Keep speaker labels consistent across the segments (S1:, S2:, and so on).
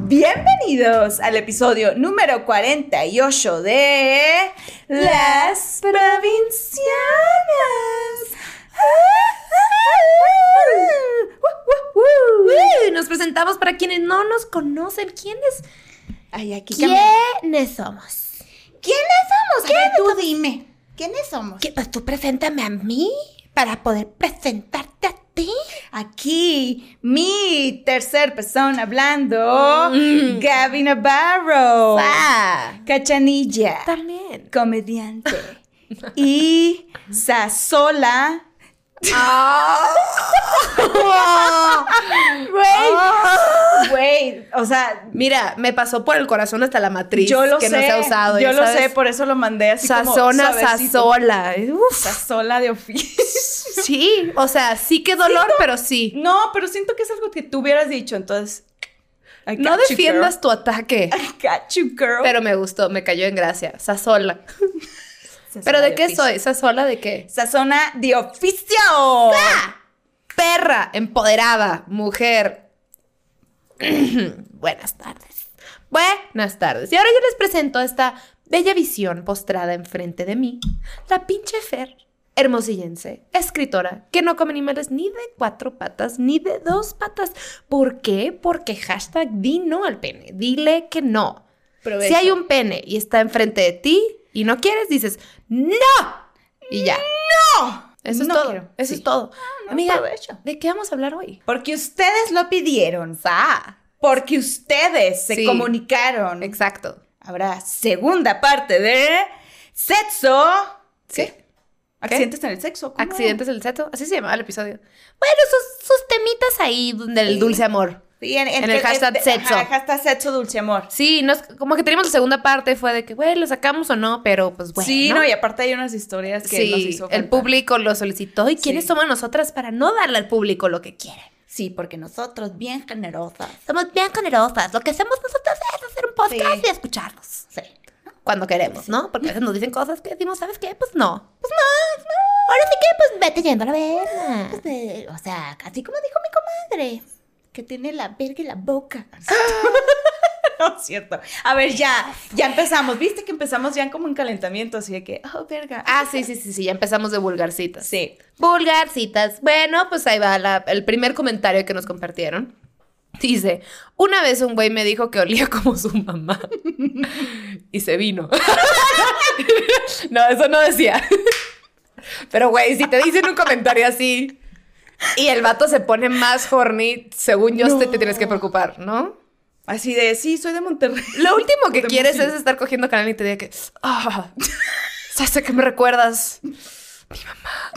S1: Bienvenidos al episodio número 48 de Las Provincianas.
S2: Uy, Nos presentamos para quienes no nos conocen. ¿Quiénes,
S1: Ay, aquí cam-
S2: ¿quiénes somos?
S1: ¿Quiénes somos? A ver, tú dime. ¿Quiénes somos?
S2: ¿Qué- pues tú preséntame a mí para poder presentarte a ti.
S1: Aquí, mi tercer persona hablando, Gaby
S2: Oh.
S1: Navarro, Cachanilla,
S2: Ah, También.
S1: comediante, y Sasola.
S2: Oh.
S1: Güey, Oh, güey, o sea,
S2: Mira, me pasó por el corazón hasta la matriz
S1: yo lo
S2: que
S1: sé,
S2: no se ha usado.
S1: yo
S2: ya
S1: lo
S2: sabes.
S1: sé, por eso lo mandé así como
S2: Sazona,
S1: suavecito.
S2: sazola. Uf,
S1: Sasola de oficio.
S2: sí, o sea, sí que dolor, pero sí.
S1: No, pero siento que es algo que tú hubieras dicho, entonces. I
S2: No
S1: got you,
S2: defiendas tu ataque.
S1: girl. I got you, girl.
S2: Pero me gustó, me cayó en gracia. Sazola. ¿Pero de qué soy? ¿Sazola de qué?
S1: Sazona de oficio.
S2: perra, empoderada, mujer. Buenas tardes. Buenas tardes. Y ahora yo les presento esta bella visión postrada enfrente de mí. La pinche Fer, hermosillense, escritora, que no come animales ni de cuatro patas ni de dos patas. ¿Por qué? Porque hashtag di no al pene. Dile que no. Si hay un pene y está enfrente de ti y no quieres, dices ¡No! Y ya. ¡No! Eso es
S1: No
S2: todo.
S1: quiero.
S2: Eso
S1: Sí. Ah,
S2: es todo.
S1: no,
S2: Amiga,
S1: aprovecha.
S2: ¿de qué vamos a hablar hoy?
S1: Porque ustedes lo pidieron. Porque ustedes se
S2: Sí.
S1: comunicaron.
S2: Exacto.
S1: Habrá segunda parte de sexo.
S2: Sí.
S1: ¿Qué? Accidentes en el sexo. ¿cómo?
S2: Accidentes del seto. Así se llamaba el episodio. Bueno, sus, sus temitas ahí del
S1: Sí.
S2: dulce amor.
S1: Sí, en,
S2: En el hashtag
S1: este- ajá,
S2: sexo.
S1: hashtag sexo dulce amor.
S2: Sí, nos- como que teníamos la segunda parte, fue de que, güey, lo sacamos o no, pero pues bueno.
S1: Sí, no, y aparte hay unas historias que
S2: Sí,
S1: nos hizo
S2: el
S1: falta.
S2: público lo solicitó. ¿Y quiénes
S1: Sí.
S2: somos nosotras para no darle al público lo que quiere?
S1: Sí, porque nosotros bien generosas.
S2: Somos bien generosas. Lo que hacemos nosotras es hacer un podcast
S1: Sí.
S2: y escucharnos.
S1: Sí.
S2: Cuando queremos, ¿no? Porque a veces nos dicen cosas que decimos, ¿sabes qué? Pues no. Pues no, no. Ahora sí que, pues vete yendo a la verga.
S3: o sea, así como dijo mi comadre, que tiene la verga en la boca.
S1: No es cierto. A ver, ya, ya empezamos. Viste que empezamos ya como un calentamiento, así de que, oh, verga.
S2: Ah, sí, sí, sí, sí, ya empezamos de vulgarcitas.
S1: Sí.
S2: Vulgarcitas. Bueno, pues ahí va la- el primer comentario que nos compartieron. Dice, una vez un güey me dijo que olía como su mamá y se vino. no, eso no decía. Pero güey, si te dicen un comentario así y el vato se pone más horny, según yo te, te tienes que preocupar, ¿no?
S1: Así de, sí, soy de Monterrey.
S2: Lo último que
S1: De
S2: quieres
S1: Mosquito.
S2: es estar cogiendo canal y te diga que, ah, ¿sabes a qué me recuerdas? Mi mamá.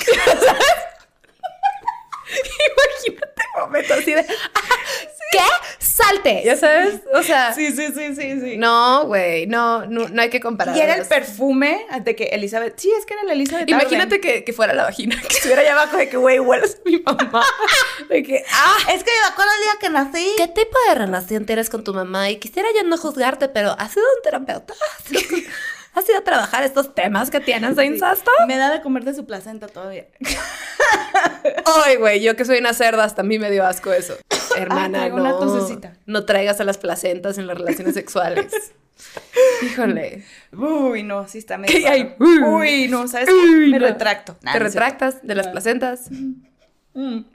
S2: Imagínate un momento así de, "Ah, ¿qué? Salte, ya sabes, o sea,
S1: Sí, sí, sí, sí, sí.
S2: no, güey, no, no, no hay que comparar.
S1: Y era el
S2: O sea,
S1: perfume de que Elizabeth. Sí, es que era la Elizabeth.
S2: Imagínate que, que fuera la vagina, que estuviera allá abajo de que, güey, hueles a mi mamá. De que, ah,
S1: Es que me acuerdo el día que nací.
S2: ¿Qué tipo de relación tienes con tu mamá? Y quisiera yo no juzgarte, pero ¿has sido un terapeuta? ¿Has ido, has ido a trabajar estos temas que tienes de incesto?
S1: Me da de comer de su placenta todavía.
S2: Ay, güey, yo que soy una cerda, hasta a mí me dio asco eso. Hermana,
S1: traigo
S2: no.
S1: una tosecita.
S2: No traigas a las placentas en las relaciones sexuales. Híjole.
S1: Uy, no, sí está medio.
S2: ¿Qué hay?
S1: raro.
S2: Uy.
S1: Uy, no, ¿sabes qué?
S2: Uy,
S1: Me
S2: no.
S1: retracto. Nah,
S2: Te
S1: no es cierto. Mm.
S2: retractas de las placentas.
S1: Hay mucha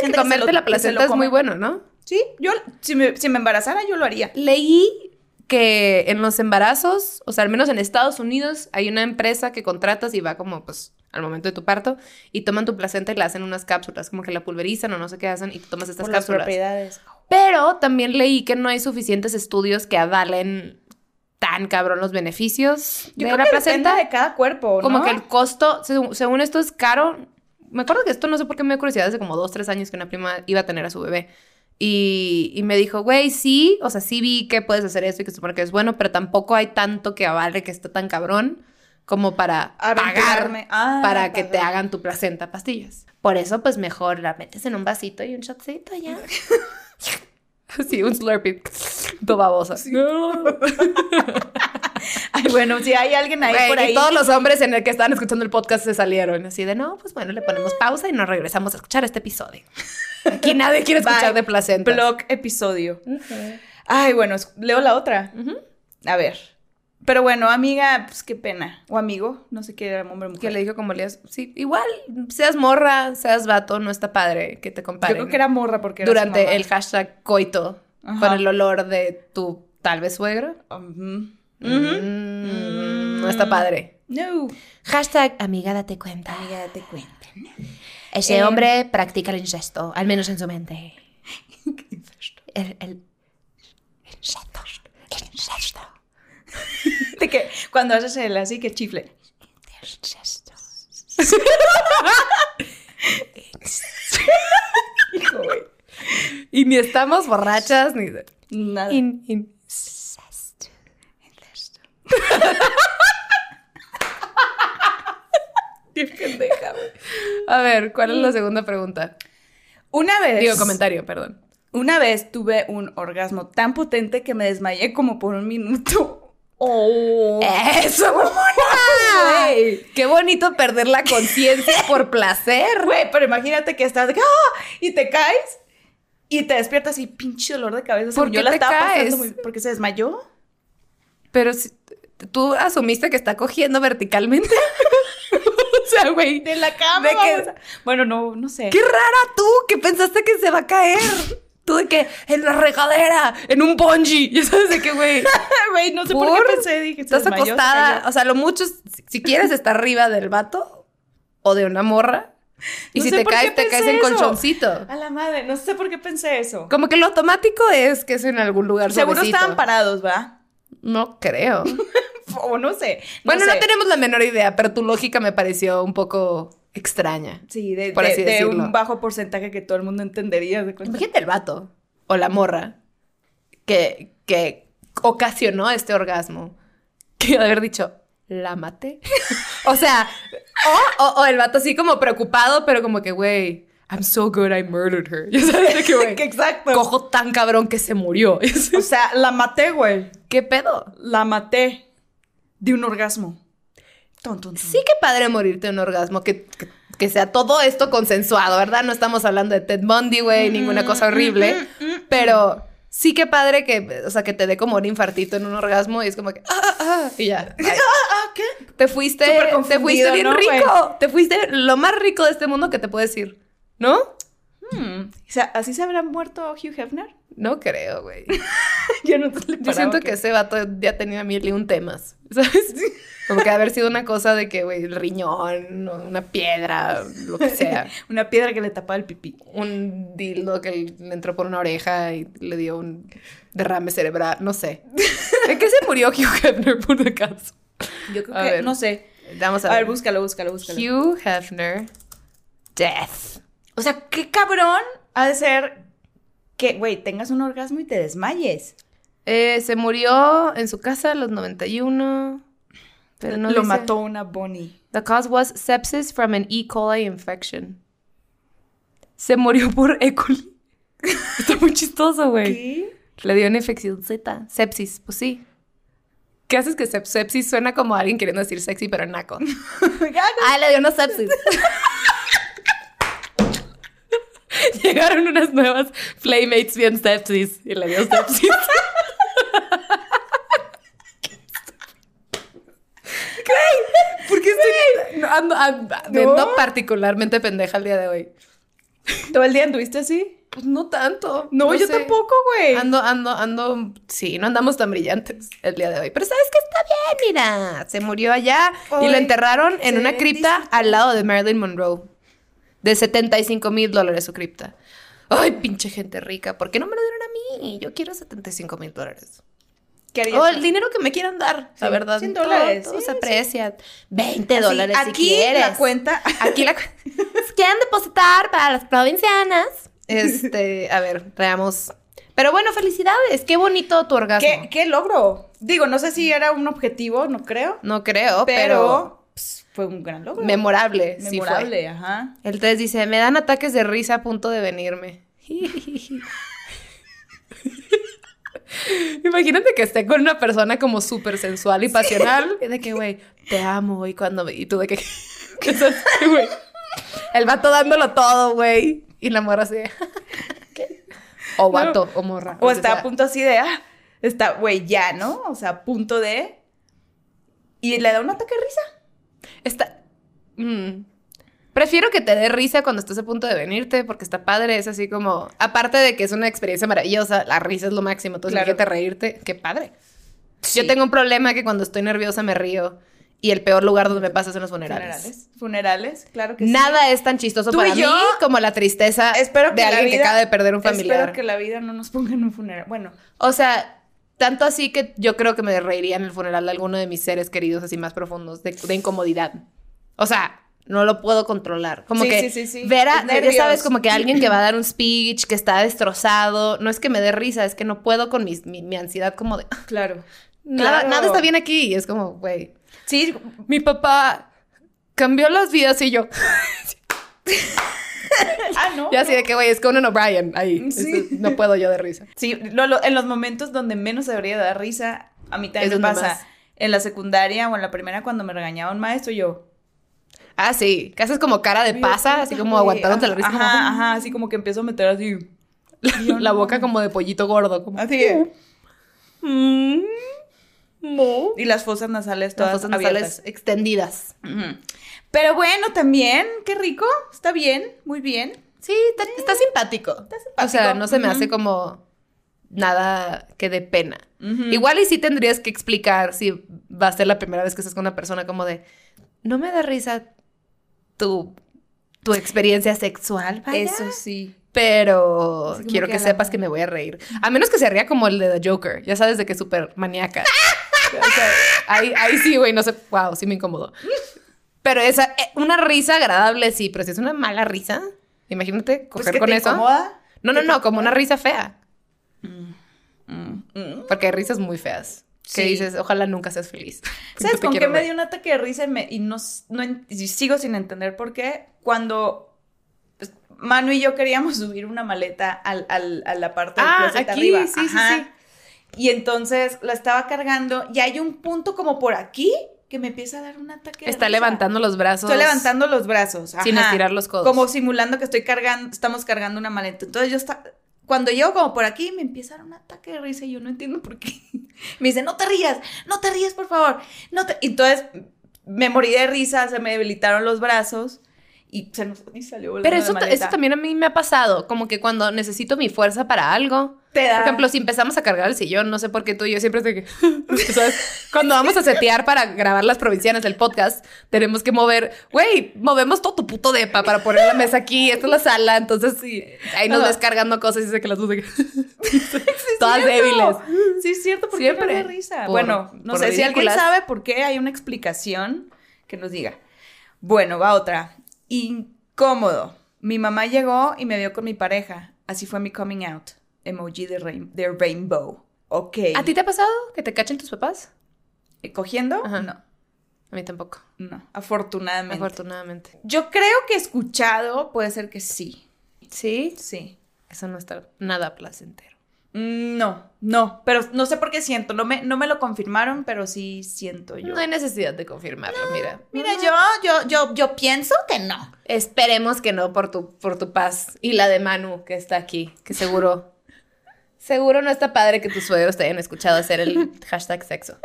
S1: gente
S2: que
S1: se
S2: comerte
S1: lo-
S2: la
S1: que se lo
S2: placenta es muy
S1: come.
S2: bueno, ¿no?
S1: Sí, yo, si me, si me embarazara, yo lo haría.
S2: Leí que en los embarazos, o sea, al menos en Estados Unidos, hay una empresa que contratas y va como, pues, al momento de tu parto, y toman tu placenta y le hacen unas cápsulas, como que la pulverizan o no sé qué hacen, y tomas estas
S1: Por las
S2: cápsulas.
S1: propiedades.
S2: Pero también leí que no hay suficientes estudios que avalen tan cabrón los beneficios
S1: Yo
S2: de
S1: creo
S2: la
S1: que
S2: placenta.
S1: depende de cada cuerpo, ¿no?
S2: Como que el costo, según, según esto, es caro. Me acuerdo que esto no sé por qué me dio curiosidad hace como dos, tres años que una prima iba a tener a su bebé. Y, y me dijo, güey, sí, o sea, sí vi que puedes hacer esto y que se supone que es bueno, pero tampoco hay tanto que avale que está tan cabrón como para
S1: Aventurarme.
S2: pagar
S1: Ah,
S2: para que te
S1: pagar.
S2: hagan tu placenta pastillas. Por eso, pues mejor la metes en un vasito y un shotcito ya. sí, un slurpee. Tu babosa.
S1: Ay, bueno, si hay alguien ahí
S2: Güey,
S1: por
S2: y
S1: ahí.
S2: todos los hombres en el que estaban escuchando el podcast se salieron. Así de, no, pues bueno, le ponemos pausa y nos regresamos a escuchar este episodio. Aquí nadie quiere escuchar
S1: Bye.
S2: de placentas.
S1: Blog episodio. Ay, bueno, es- leo la otra.
S2: Ujú.
S1: A ver. Pero bueno, amiga, pues qué pena. O amigo, no sé qué era hombre o mujer.
S2: Que le dijo como Elías, sí, igual, seas morra, seas vato, no está padre que te
S1: Yo
S2: comparen.
S1: creo que era morra porque era su
S2: Durante
S1: mamá.
S2: el hashtag coito,
S1: Ajá.
S2: con el olor de tu tal vez suegra.
S1: Ujú. Ujú.
S2: Mm, no está padre.
S1: No.
S2: Hashtag amiga date cuenta.
S1: Amiga, date cuenta.
S2: Ese
S1: Eh,
S2: hombre practica el incesto, al menos en su mente. El, el- el incesto. El incesto.
S1: De que cuando haces el así que chifle.
S2: El incesto.
S1: Hijo, güey.
S2: Y ni estamos borrachas ni.
S1: Nada.
S2: In- in-
S1: Qué pendeja, güey.
S2: A ver, ¿cuál es la segunda pregunta?
S1: Una vez.
S2: Digo, comentario, perdón.
S1: Una vez tuve un orgasmo tan potente que me desmayé como por un minuto. Eh,
S3: Oh.
S2: ¡Eso, mamona! ¡Qué bonito perder la conciencia por placer!
S1: Güey, pero imagínate que estás de que, ¡ah! y te caes y te despiertas y pinche dolor de cabeza.
S2: ¿Por
S1: Según
S2: qué
S1: yo la
S2: te
S1: estaba
S2: caes?
S1: pasando muy porque se desmayó.
S2: Pero si- tú asumiste que está cogiendo verticalmente. o sea, güey.
S1: De la cama.
S2: ¿De qué?
S1: vamos a- Bueno, no, no sé.
S2: ¡Qué rara tú! Que pensaste que se va a caer. Tú de que en la regadera, en un bungee. Ya sabes de qué, güey.
S1: Güey, no sé por,
S2: Por-
S1: qué pensé, dije, se
S2: Estás
S1: desmayó, se
S2: acostada.
S1: cayó.
S2: O sea, lo mucho es- si, si quieres está arriba del vato o de una morra. Y
S1: No
S2: si
S1: sé
S2: te
S1: por qué
S2: caes, te
S1: pensé
S2: caes en
S1: eso.
S2: colchoncito.
S1: A la madre, no sé por qué pensé eso.
S2: Como que lo automático es que es en algún lugar
S1: Seguro
S2: suavecito.
S1: estaban parados, ¿va?
S2: No creo.
S1: O no sé.
S2: Bueno, no
S1: sé.
S2: tenemos la menor idea, pero tu lógica me pareció un poco extraña.
S1: Sí, de,
S2: por
S1: de-
S2: así
S1: de
S2: decirlo.
S1: un bajo porcentaje que todo el mundo entendería. ¿de cuenta?
S2: Imagínate el vato o la morra que, que ocasionó este orgasmo. Que ha de haber dicho, la maté. o sea, o, o- o el vato así como preocupado, pero como que, güey, I'm so good I murdered her. Ya sabes de qué, güey.
S1: Que Exacto.
S2: Cojo tan cabrón que se murió. Ya
S1: O
S2: sabes.
S1: sea, la maté, güey.
S2: ¿Qué pedo?
S1: La maté de un orgasmo. Ton, ton, ton.
S2: Sí, qué padre morirte de un orgasmo, que, que, que sea todo esto consensuado, ¿verdad? No estamos hablando de Ted Bundy, güey, ninguna cosa horrible, pero sí que padre que, o sea, que te dé como un infartito en un orgasmo y es como que, ah, ah, y ya.
S1: Ah, ¿qué?
S2: Te fuiste,
S1: Súper
S2: te
S1: confundido,
S2: fuiste bien
S1: ¿no, güey?
S2: rico, te fuiste lo más rico de este mundo que te puedes ir, ¿no?
S1: Hmm. O sea, ¿así se habrá muerto Hugh Hefner?
S2: No creo, güey.
S1: Yo no te le
S2: Yo siento que
S1: es
S2: ese vato ya tenía mil y un temas, ¿sabes? Como que haber sido una cosa de que, güey, el riñón, o una piedra, lo que sea.
S1: Una piedra que le tapaba el pipí.
S2: un dildo que le entró por una oreja y le dio un derrame cerebral, no sé. ¿De qué se murió Hugh Hefner por acaso?
S1: Yo creo
S2: A
S1: que,
S2: ver.
S1: no sé.
S2: Vamos a,
S1: A ver,
S2: ver.
S1: búscalo, búscalo, búscalo.
S2: Hugh Hefner Death.
S1: O sea, qué cabrón ha de ser que, güey, tengas un orgasmo y te desmayes.
S2: Eh, se murió en su casa a los 91. Pero no
S1: Lo
S2: dice-
S1: mató una Bonnie.
S2: The cause was sepsis from an E. coli infection. Se murió por E. coli. Está muy chistoso, güey.
S1: ¿Qué?
S2: Le dio una infección Z, sepsis, pues sí. ¿Qué haces que sep- sepsis suena como alguien queriendo decir sexy, pero naco? ah, le dio una sepsis. Llegaron unas nuevas playmates bien sepsis y le dio sepsis. Porque estoy no, ando, ando- ando particularmente pendeja el día de hoy.
S1: ¿Todo el día anduviste así?
S2: Pues no tanto.
S1: No, yo
S2: sé.
S1: tampoco, güey.
S2: Ando, ando, ando. Sí, no andamos tan brillantes el día de hoy. Pero sabes que está bien, mira. Se murió allá y
S1: Ay,
S2: lo enterraron en
S1: se
S2: una cripta al lado de Marilyn Monroe. De 75 mil dólares su cripta. Ay, pinche gente rica. ¿Por qué no me lo dieron a mí? Yo quiero 75 mil dólares.
S1: ¿Qué harías?
S2: O el dinero que me quieran dar, la
S1: Sí,
S2: verdad.
S1: 100
S2: Todo-
S1: dólares,
S2: Todo,
S1: sí,
S2: se
S1: sí.
S2: aprecia. 20
S3: Así,
S2: dólares si
S1: Aquí
S2: quieres.
S1: la cuenta.
S2: Aquí la cu-
S3: Si quieren depositar para las provincianas.
S2: Este, a ver, veamos. Pero bueno, felicidades. Qué bonito tu orgasmo.
S1: ¿Qué, qué logro? Digo, no sé si era un objetivo, no creo.
S2: No
S1: Pero,
S2: creo, pero,
S1: pues, fue un gran logro.
S2: memorable. sí fue.
S1: Memorable, ajá.
S2: El 3 dice, me dan ataques de risa a punto de venirme. Imagínate que esté con una persona como súper sensual y pasional. De que, güey, te amo. Y cuando... me- Y tú de que... ¿Qué es así, güey? El vato dándolo todo, güey. Y la morra así de, O vato, o morra.
S1: O
S2: lo que
S1: está
S2: sea.
S1: a punto así de, ah, está, güey, ya, ¿no? O sea, a punto de... Y le da un ataque de risa.
S2: Está. mm. Prefiero que te dé risa cuando estás a punto de venirte, porque está padre. Es así como. Aparte de que es una experiencia maravillosa, la risa es lo máximo. Entonces,
S1: Claro.
S2: imagínate reírte. Qué padre. Yo tengo un problema que cuando estoy nerviosa me río. Y el peor lugar donde me pasa es en los funerales.
S1: Funerales. Funerales, claro que sí.
S2: Nada es tan chistoso
S1: Tú
S2: para
S1: y yo-
S2: mí como la tristeza
S1: Espero que
S2: de
S1: la
S2: alguien que
S1: vida-
S2: acaba de perder un familiar.
S1: Espero que la vida no nos ponga en un funeral. Bueno,
S2: O sea, tanto así que yo creo que me reiría en el funeral de alguno de mis seres queridos así más profundos, de, de incomodidad. O sea, no lo puedo controlar. Como
S1: Sí,
S2: que
S1: sí, sí, sí.
S2: ver
S1: Es
S2: a, ya
S1: nervios.
S2: sabes, como que alguien que va a dar un speech, que está destrozado, no es que me dé risa, es que no puedo con mis- mi, mi ansiedad como de, "Ah,
S1: claro.
S2: nada,
S1: Claro.
S2: nada está bien aquí. Y es como, güey,
S1: Sí,
S2: mi papá cambió las vidas y yo,
S1: ah, no.
S2: ya así de que, güey, es Conan O'Brien ahí.
S1: Sí.
S2: Eso- no puedo yo de risa.
S1: Sí, lo- lo- en los momentos donde menos debería dar risa, a mí
S2: Es
S1: también me
S2: donde
S1: pasa.
S2: más.
S1: En la secundaria o en la primera cuando me regañaba un maestro, yo...
S2: Ah, sí, que haces como cara de pasa, así como aguantándote la risa.
S1: Ajá,
S2: como, "Ah,
S1: ajá, así como que empiezo a meter así...
S2: La, la boca como de pollito gordo. Como,
S1: Así que...
S2: no.
S1: Y las fosas nasales mm, todas
S2: Todas
S1: abiertas.
S2: nasales extendidas.
S1: Ujú. Pero bueno, también, qué rico, está bien, muy bien.
S2: Sí, está, está simpático. O sea,
S1: simpático.
S2: no se me
S1: Ujú.
S2: hace como nada que dé pena.
S1: Ujú.
S2: Igual y sí tendrías que explicar si va a ser la primera vez que estás con una persona como de, no me da risa tu, tu experiencia sexual, vaya.
S1: Eso sí.
S2: Pero
S1: Así como
S2: quiero
S1: que
S2: que,
S1: a la-
S2: sepas que me voy a reír. A menos que se ría como el de The Joker. Ya sabes de que es súper maníaca. O sea, ahí, ahí sí, güey, no sé. Wow, sí me incomodó. Pero esa, eh, una risa agradable, sí, pero si es una mala risa, imagínate
S1: Pues
S2: coger
S1: que
S2: con
S1: te
S2: eso.
S1: incomoda.
S2: No, no, no, como una risa fea.
S1: Mm.
S2: Porque hay risas muy feas. Que
S1: Sí.
S2: dices, ojalá nunca seas feliz.
S1: ¿Sabes
S2: No te
S1: con qué
S2: quiero
S1: me
S2: ver.
S1: dio un ataque de risa y, me- y no, s- no en- y sigo sin entender por qué? Cuando pues, Manu y yo queríamos subir una maleta al, al- a la parte del
S2: Ah,
S1: closet
S2: aquí,
S1: arriba.
S2: sí, sí, sí.
S1: Y entonces la estaba cargando y hay un punto como por aquí que me empieza a dar un ataque de
S2: Está
S1: risa.
S2: levantando los brazos.
S1: Estoy levantando los brazos.
S2: Sin
S1: ajá.
S2: estirar los codos.
S1: Como simulando que estoy cargando, estamos cargando una maleta. Entonces yo está, cuando llego como por aquí, me empieza a dar un ataque de risa y yo no entiendo por qué. Me dice, no te rías, no te rías, por favor. No te... Entonces me morí de risa, se me debilitaron los brazos y se nos y salió volando
S2: Pero
S1: la
S2: eso, ta-
S1: maleta.
S2: eso también a mí me ha pasado. Como que cuando necesito mi fuerza para algo.
S1: te da.
S2: Por ejemplo, si empezamos a cargar el sillón, no sé por qué tú y yo siempre estoy que, ¿sabes? Cuando vamos a setear para grabar las provincianas del podcast, tenemos que mover, güey, movemos todo tu puto depa para poner la mesa aquí, esta es la sala, entonces sí, ahí nos
S1: Ajá.
S2: ves cargando cosas y sé que las dos de que- todas débiles.
S1: Sí, es cierto, porque
S2: Siempre.
S1: me da risa.
S2: Por-
S1: bueno, no
S2: por
S1: sé si alguien
S2: ridículas.
S1: sabe por qué hay una explicación que nos diga. Bueno, va otra. Incómodo. Mi mamá llegó y me vio con mi pareja. Así fue mi coming out. Emoji de, rain- de rainbow. Ok.
S2: ¿A ti te ha pasado que te cachen tus papás?
S1: ¿Cogiendo?
S2: Ajá.
S1: No,
S2: A mí tampoco,
S1: no. Afortunadamente.
S2: afortunadamente.
S1: Yo creo que escuchado puede ser que sí.
S2: Sí,
S1: Sí.
S2: eso no está nada placentero.
S1: Mm, No, no, pero no sé por qué siento, no me, no me lo confirmaron, pero sí siento yo.
S2: No hay necesidad de confirmarlo, mira.
S3: Mira, yo, yo, yo, yo pienso que no.
S2: Esperemos que no por tu, por tu paz y la de Manu que está aquí, que seguro, seguro no está padre que tus suegros te hayan escuchado hacer el hashtag sexo.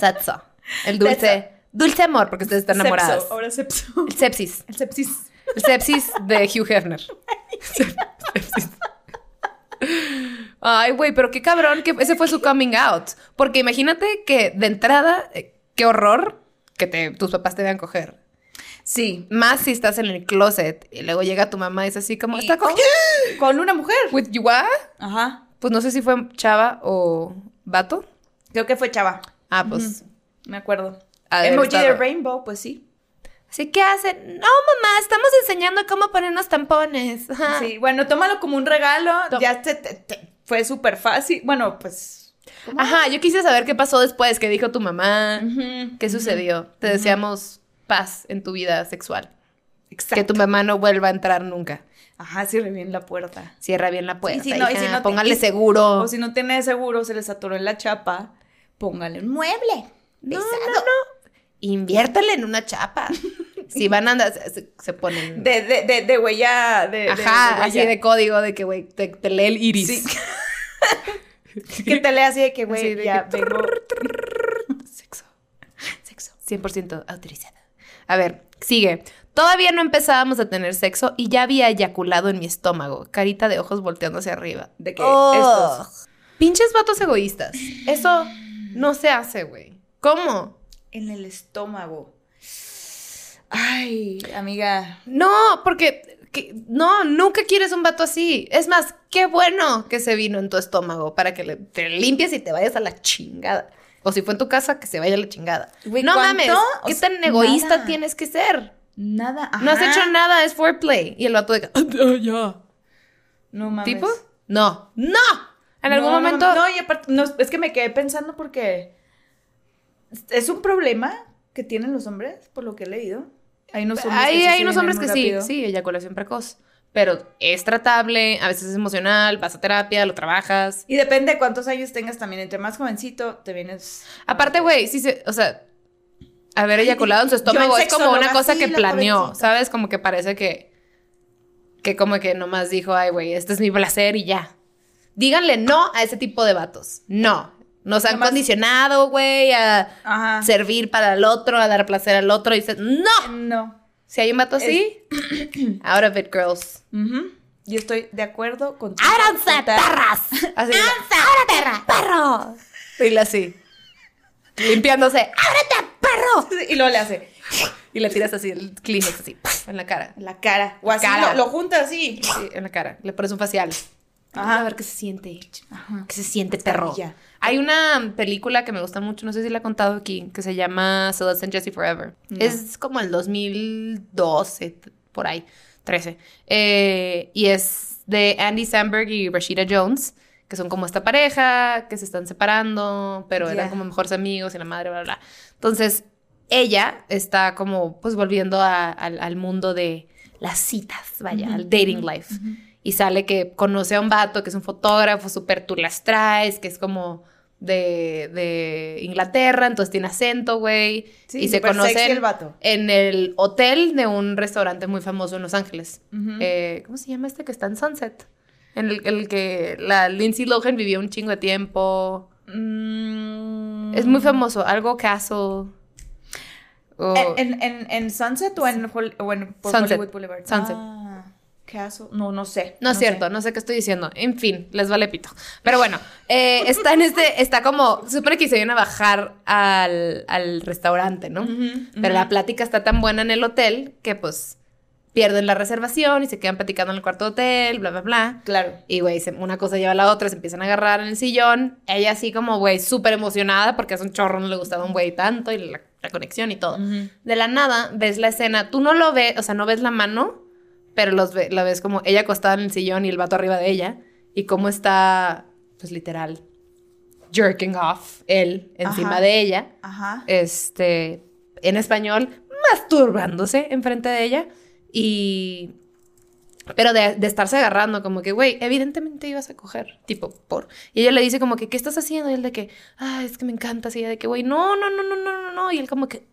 S2: Satso. El dulce,
S1: Sexo.
S2: dulce amor, porque ustedes están enamoradas.
S1: Sepso, ahora sepso.
S2: El sepsis.
S1: El sepsis.
S2: El sepsis de Hugh Hefner. Sep- sepsis. Ay, güey, pero qué cabrón que ese fue su coming out. Porque imagínate que de entrada, eh, qué horror que te- tus papás te vean coger.
S1: Sí.
S2: Más si estás en el closet y luego llega tu mamá y es así como, ¿está cogiendo
S1: Con una mujer.
S2: with you? ah?"
S1: Ajá.
S2: Pues no sé si fue chava o vato.
S1: Creo que fue chava.
S2: Ah, pues.
S1: Me acuerdo.
S2: Ha de haber
S1: Emoji de
S2: estado.
S1: Rainbow, pues sí.
S2: Así que hacen, no mamá, estamos enseñando cómo ponernos tampones. Ajá.
S1: Sí, bueno, tómalo como un regalo.
S2: Tom-
S1: ya te- te- te- fue súper fácil. Bueno, pues.
S2: Ajá, yo quise saber qué pasó después, qué dijo tu mamá,
S1: ujú,
S2: qué sucedió. Te deseamos paz en tu vida sexual.
S1: Exacto.
S2: Que tu mamá no vuelva a entrar nunca.
S1: Ajá, cierre bien la puerta.
S2: Cierra bien la puerta,
S1: si no- y
S2: hija,
S1: si no te-
S2: póngale
S1: y si-
S2: seguro.
S1: O si no tiene seguro, se les atoró en la chapa, póngale un mueble. pesado.
S2: No, no, no. Inviértale en una chapa. Si van a andar, se, se ponen.
S1: De, de, de, de huella. De, de-
S2: ajá,
S1: de
S2: así
S1: huella.
S2: de código de que, güey, te, te lee el iris.
S1: Sí. que te lea así de que,
S2: Así
S1: güey,
S2: de
S1: ya
S2: que-
S1: vengo.
S2: Sexo. Sexo. 100% autorizada. A ver, sigue. Todavía no empezábamos a tener sexo y ya había eyaculado en mi estómago, carita de ojos volteando hacia arriba.
S1: De que
S3: Oh.
S1: estos.
S2: Pinches vatos egoístas. Eso no se hace, güey. ¿Cómo?
S1: En el estómago. Ay, amiga.
S2: No, porque que- no, nunca quieres un vato así. Es más, qué bueno que se vino en tu estómago para que le- te limpies y te vayas a la chingada. O si fue en tu casa, que se vaya a la chingada.
S1: Güey,
S2: no
S1: ¿cuánto?
S2: mames,
S1: O
S2: qué
S1: sea,
S2: tan egoísta
S1: nada.
S2: tienes que ser.
S1: Nada.
S2: No has
S1: ajá.
S2: hecho nada, es foreplay. Y el vato de... que, "Ah, ya, ya".
S1: No mames.
S2: ¿Tipo? No, no. En algún
S1: No, no,
S2: momento...
S1: No, y aparte, no, es que me quedé pensando porque es un problema que tienen los hombres, por lo que he leído. Hay unos hombres
S2: hay
S1: que, sí
S2: hay
S1: se
S2: unos
S1: vienen
S2: hombres
S1: muy
S2: que sí,
S1: rápido.
S2: sí, eyaculación precoz. Pero es tratable, a veces es emocional, vas a terapia, lo trabajas.
S1: Y depende de cuántos años tengas también. Entre más jovencito, te vienes.
S2: Aparte, güey, sí se, o sea, haber eyaculado en su estómago
S1: Yo en
S2: es como una
S1: sexóloga,
S2: cosa
S1: sí,
S2: que
S1: la
S2: planeó,
S1: jovencita.
S2: ¿sabes? Como que parece que, que como que nomás dijo, ay, güey, este es mi placer y ya. Díganle no a ese tipo de vatos. No. Nos han
S1: Nomás- Ah.
S2: condicionado, güey, a
S1: Ajá.
S2: servir para el otro, a dar placer al otro. Y se- no.
S1: No.
S2: Si hay un vato así, out of it, girls.
S1: Ujú. Yo estoy de acuerdo con
S3: ¡Áranza, perras!
S2: Así,
S3: ¡Áranza, perra! ¡Perro!
S2: dile así. Limpiándose.
S1: Y luego le hace
S2: Y le tiras así el Kleenex así, en la cara.
S1: la cara. O así
S2: Cara.
S1: Lo, lo junta así.
S2: Sí, en la cara. Le pones un facial.
S1: Ajá.
S2: A ver qué se siente.
S1: Ajá.
S2: Qué se siente, perro.
S1: Carilla.
S2: Hay una película que me gusta mucho, no sé si la he contado aquí, que se llama Celeste and Jesse Forever.
S1: No.
S2: Es como el 2012, t- por ahí, 13. Eh, y es de Andy Samberg y Rashida Jones, que son como esta pareja, que se están separando, pero eran
S1: Ya.
S2: como mejores amigos y la madre, bla, bla. bla. Entonces, ella está como, pues, volviendo a- al, al mundo de las citas, vaya,
S1: Ujú.
S2: al dating life. Y sale que conoce a un vato que es un fotógrafo, súper tú las traes, que es como de, de Inglaterra, entonces tiene acento, güey.
S1: Sí,
S2: y se
S1: súper sexy
S2: conocen
S1: el vato.
S2: en el hotel de un restaurante muy famoso en Los Ángeles.
S1: Ujú.
S2: Eh, ¿Cómo se llama este que está en Sunset? En el, el que la Lindsay Lohan vivió un chingo de tiempo.
S1: Mm. Eh,
S2: Es muy famoso, algo Castle. o-
S1: ¿En, en- en, en Sunset o en, Hol- o en por
S2: Sunset.
S1: Hollywood Boulevard?
S2: Sunset.
S1: Ah, Castle. No, no sé.
S2: No es cierto,
S1: sé.
S2: no sé qué estoy diciendo. En fin, les vale pito. Pero bueno, eh, está en este, está como, se supone que se viene a bajar al, al restaurante, ¿no?
S1: Ujú, ujú.
S2: Pero la plática está tan buena en el hotel que pues pierden la reservación y se quedan platicando en el cuarto de hotel, bla, bla, bla.
S1: Claro.
S2: Y, güey, se- una cosa lleva a la otra, se empiezan a agarrar en el sillón. Ella así como, güey, súper emocionada porque hace un chorro, no le gustaba un güey tanto y la- la conexión y todo.
S1: Ujú.
S2: De la nada ves la escena, tú no lo ves, o sea, no ves la mano, pero los ve- la ves como ella acostada en el sillón y el vato arriba de ella, y cómo está, pues literal, jerking off él encima
S1: Ajá.
S2: de ella,
S1: Ajá.
S2: este, en español, masturbándose enfrente de ella, y... Pero de, de estarse agarrando, como que, güey, evidentemente ibas a coger, tipo, por. Y ella le dice como que, ¿qué estás haciendo? Y él de que, ah, es que me encantas. Y ella de que, güey, no, no, no, no, no, no, no. Y él como que,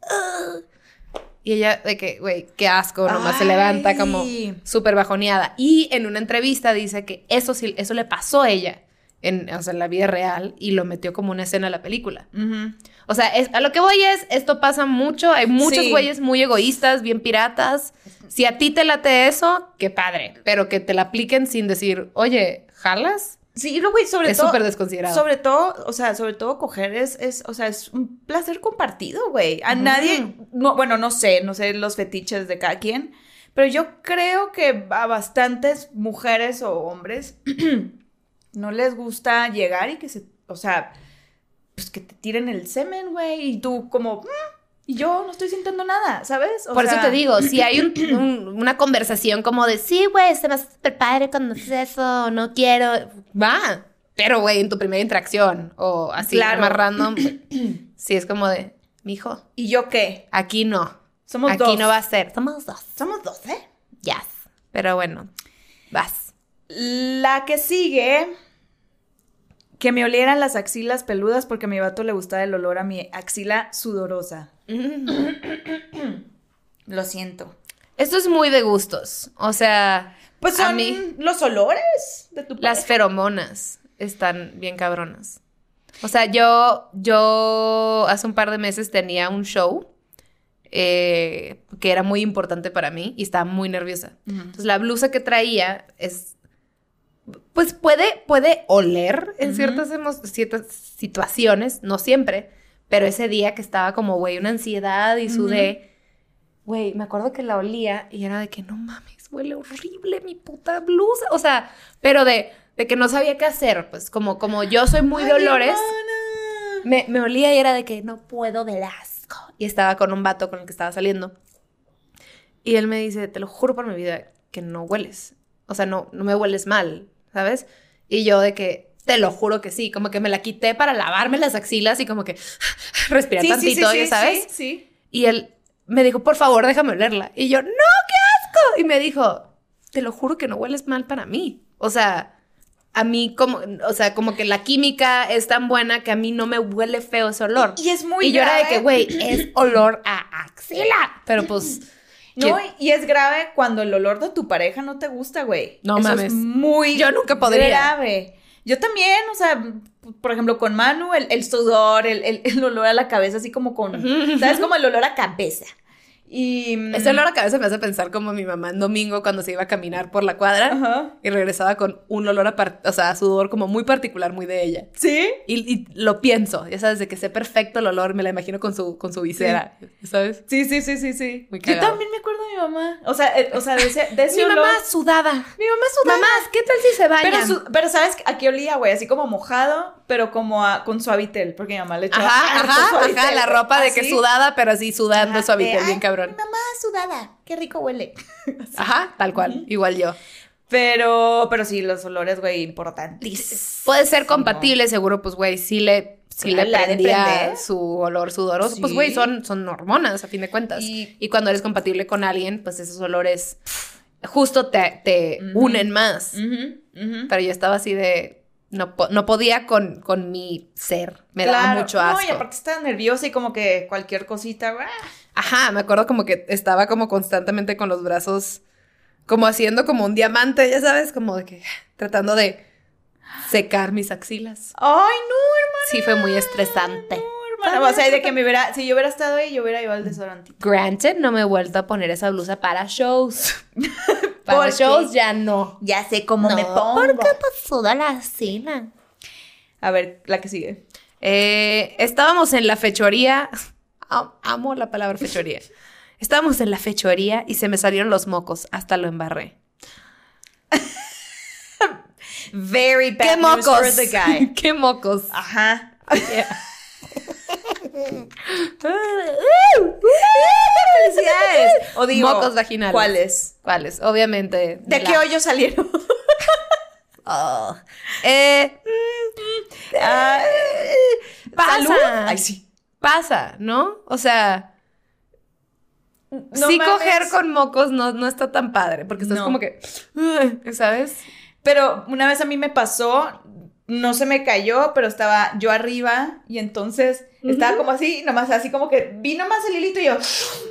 S2: y ella de que, güey, qué asco, nomás se levanta como
S1: Ay.
S2: súper bajoneada. Y en una entrevista dice que eso sí, eso le pasó a ella, en, o sea, en la vida real, y lo metió como una escena a la película.
S1: Ujú.
S2: O sea, es- a lo que voy es, esto pasa mucho, hay muchos
S1: Sí.
S2: güeyes muy egoístas, bien piratas. Si a ti te late eso, qué padre, pero que te la apliquen sin decir, oye, ¿jalas?
S1: Sí, y luego, güey, sobre
S2: es
S1: todo.
S2: súper desconsiderado.
S1: Sobre todo, o sea, sobre todo coger es, es o sea, es un placer compartido, güey. A nadie, no, bueno, no sé, no sé los fetiches de cada quien, pero yo creo que a bastantes mujeres o hombres no les gusta llegar y que se, o sea, pues que te tiren el semen, güey, y tú como, "Mm", y yo no estoy sintiendo nada, ¿sabes? O
S2: Por eso
S1: sea,
S2: te digo, si hay un- un- una conversación como de, sí, güey, se me hace súper padre cuando haces eso, no quiero, va. Pero, güey, en tu primera interacción o así,
S1: Claro.
S2: más random, sí es como de, mijo,
S1: ¿Y yo qué?
S2: aquí no,
S1: Somos
S2: aquí
S1: dos.
S2: no va a ser. Somos dos,
S1: Somos dos, ¿eh?
S2: yes. Pero bueno, vas.
S1: La que sigue, que me olieran las axilas peludas porque a
S2: Mm.
S1: mi vato le gustaba el olor a mi axila sudorosa. Lo siento.
S2: Esto es muy de gustos. O sea,
S1: Pues
S2: A
S1: son
S2: mí-
S1: los olores de tu
S2: las
S1: pareja.
S2: feromonas están bien cabronas. O sea, yo, yo hace un par de meses tenía un show eh, que era muy importante para mí y estaba muy nerviosa.
S1: Ujú.
S2: Entonces la blusa que traía es, pues puede, puede oler en
S1: Ujú.
S2: ciertas, emo- ciertas situaciones, no siempre, pero ese día que estaba como, güey, una ansiedad y
S1: Ujú.
S2: sudé, güey, me acuerdo que la olía y era de que no mames, huele horrible mi puta blusa, o sea, pero de, de que no sabía qué hacer, pues como, como yo soy muy de
S1: Ay,
S2: olores,
S1: hermana.
S2: me, me olía y era de que no puedo del asco. Y estaba con un vato con el que estaba saliendo. Y él me dice, te lo juro por mi vida, que no hueles. O sea, no, no me hueles mal, ¿sabes? Y yo de que, te lo juro que sí. Como que me la quité para lavarme las axilas y como que respirar
S1: Sí, sí, sí,
S2: tantito,
S1: sí,
S2: ya sabes.
S1: Sí, sí.
S2: Y él me dijo, por favor, déjame olerla. Y yo, no, qué asco. Y me dijo, te lo juro que no hueles mal para mí. O sea, a mí como, o sea, como que la química es tan buena que a mí no me huele feo ese olor.
S1: Y es muy
S2: y yo era de
S1: grave.
S2: que, güey, es olor a axila. Pero pues,
S1: No,
S2: ¿Quién?
S1: y es grave cuando el olor de tu pareja no te gusta, güey.
S2: No
S1: Eso
S2: mames.
S1: Es muy
S2: Yo nunca podría.
S1: grave. Yo también, o sea, por ejemplo, con Manu, el, el sudor, el, el- el olor a la cabeza, así como con.
S2: Ujú.
S1: ¿Sabes? Como el olor a cabeza. Y. mm,
S2: ese olor a cabeza me hace pensar como mi mamá en domingo cuando se iba a caminar por la cuadra
S1: Ajá.
S2: y regresaba con un olor a, par- o sea, a sudor como muy particular, muy de ella.
S1: ¿Sí?
S2: Y, y lo pienso, ya sabes, de que sé perfecto el olor, me la imagino con su, con su visera, ¿sabes?
S1: Sí, sí, sí, sí, sí.
S2: Muy
S1: Yo
S2: cagado.
S1: también me acuerdo de mi mamá. O sea, eh, o sea de ese, de ese
S2: Mi
S1: olor.
S2: mamá sudada.
S1: Mi mamá sudaba.
S2: Mamás, ¿qué tal si se bañan?
S1: Pero, su- pero sabes que aquí olía, güey, así como mojado, pero como a, con suavitel, porque mi mamá le echaba.
S2: Ajá,
S1: harto
S2: ajá,
S1: suavitel,
S2: ajá, la
S1: güey.
S2: ropa de que
S1: Así.
S2: sudada, pero así sudando
S1: Ajá,
S2: suavitel,
S1: Ah, de,
S2: bien
S1: "Ay,
S2: cabrón.
S3: Mamá sudada, qué rico huele.
S2: Ajá, tal cual, igual yo.
S1: Pero, pero sí, los olores, güey, importantísimos.
S2: Puede ser compatible, seguro, pues, güey, sí le, sí
S1: Claro,
S2: le
S1: la de
S2: prendía
S1: prender.
S2: su olor sudoroso. Pues,
S1: Sí.
S2: güey, son, son hormonas, a fin de cuentas. Y,
S1: Y-
S2: cuando eres compatible con alguien, pues esos olores justo te, te
S1: Ujú.
S2: unen más.
S1: Ujú, ujú.
S2: Pero yo estaba así de. No, po- no podía con, con mi ser. Me daba
S1: Claro.
S2: mucho asco.
S1: No, y aparte estaba nerviosa y como que cualquier cosita, ¡ah!
S2: Ajá, me acuerdo como que estaba como constantemente con los brazos. Como haciendo como un diamante, ya sabes, como de que tratando de secar mis axilas.
S1: Ay, no,
S2: Sí, fue muy estresante.
S1: hermano. hermana. O sea, de que me hubiera, si yo hubiera estado ahí, yo hubiera ido al desodorantito.
S2: Granted, no me he vuelto a poner esa blusa para shows. para
S1: ¿Por
S2: shows
S1: qué?
S2: ya no.
S1: Ya sé cómo
S3: no,
S1: me
S3: ¿por
S1: pongo.
S3: qué te suda la cena?
S1: A ver, la que sigue.
S2: Eh, estábamos en la fechoría. Am- Amo la palabra fechoría. Estábamos en la fechoría y se me salieron los mocos. Hasta lo embarré.
S1: Very bad
S2: ¡Qué
S1: news
S2: mocos!
S1: for the guy.
S2: ¡Qué mocos!
S1: Ajá. Felicidades. O digo,
S2: Mocos vaginales.
S1: ¿Cuáles?
S2: ¿Cuáles? Obviamente.
S1: ¿De
S2: la-
S1: qué hoyo salieron?
S2: Oh. Eh,
S1: Ah,
S2: pasa.
S1: ¿Salud? Ay, sí.
S2: Pasa, ¿no? O sea,
S1: No
S2: sí
S1: mames.
S2: coger con mocos no, no está tan padre, porque estás
S1: No.
S2: como que, "Ugh", ¿sabes?
S1: Pero una vez a mí me pasó, no se me cayó, pero estaba yo arriba y entonces estaba como así, nomás así como que vi nomás el hilito y yo,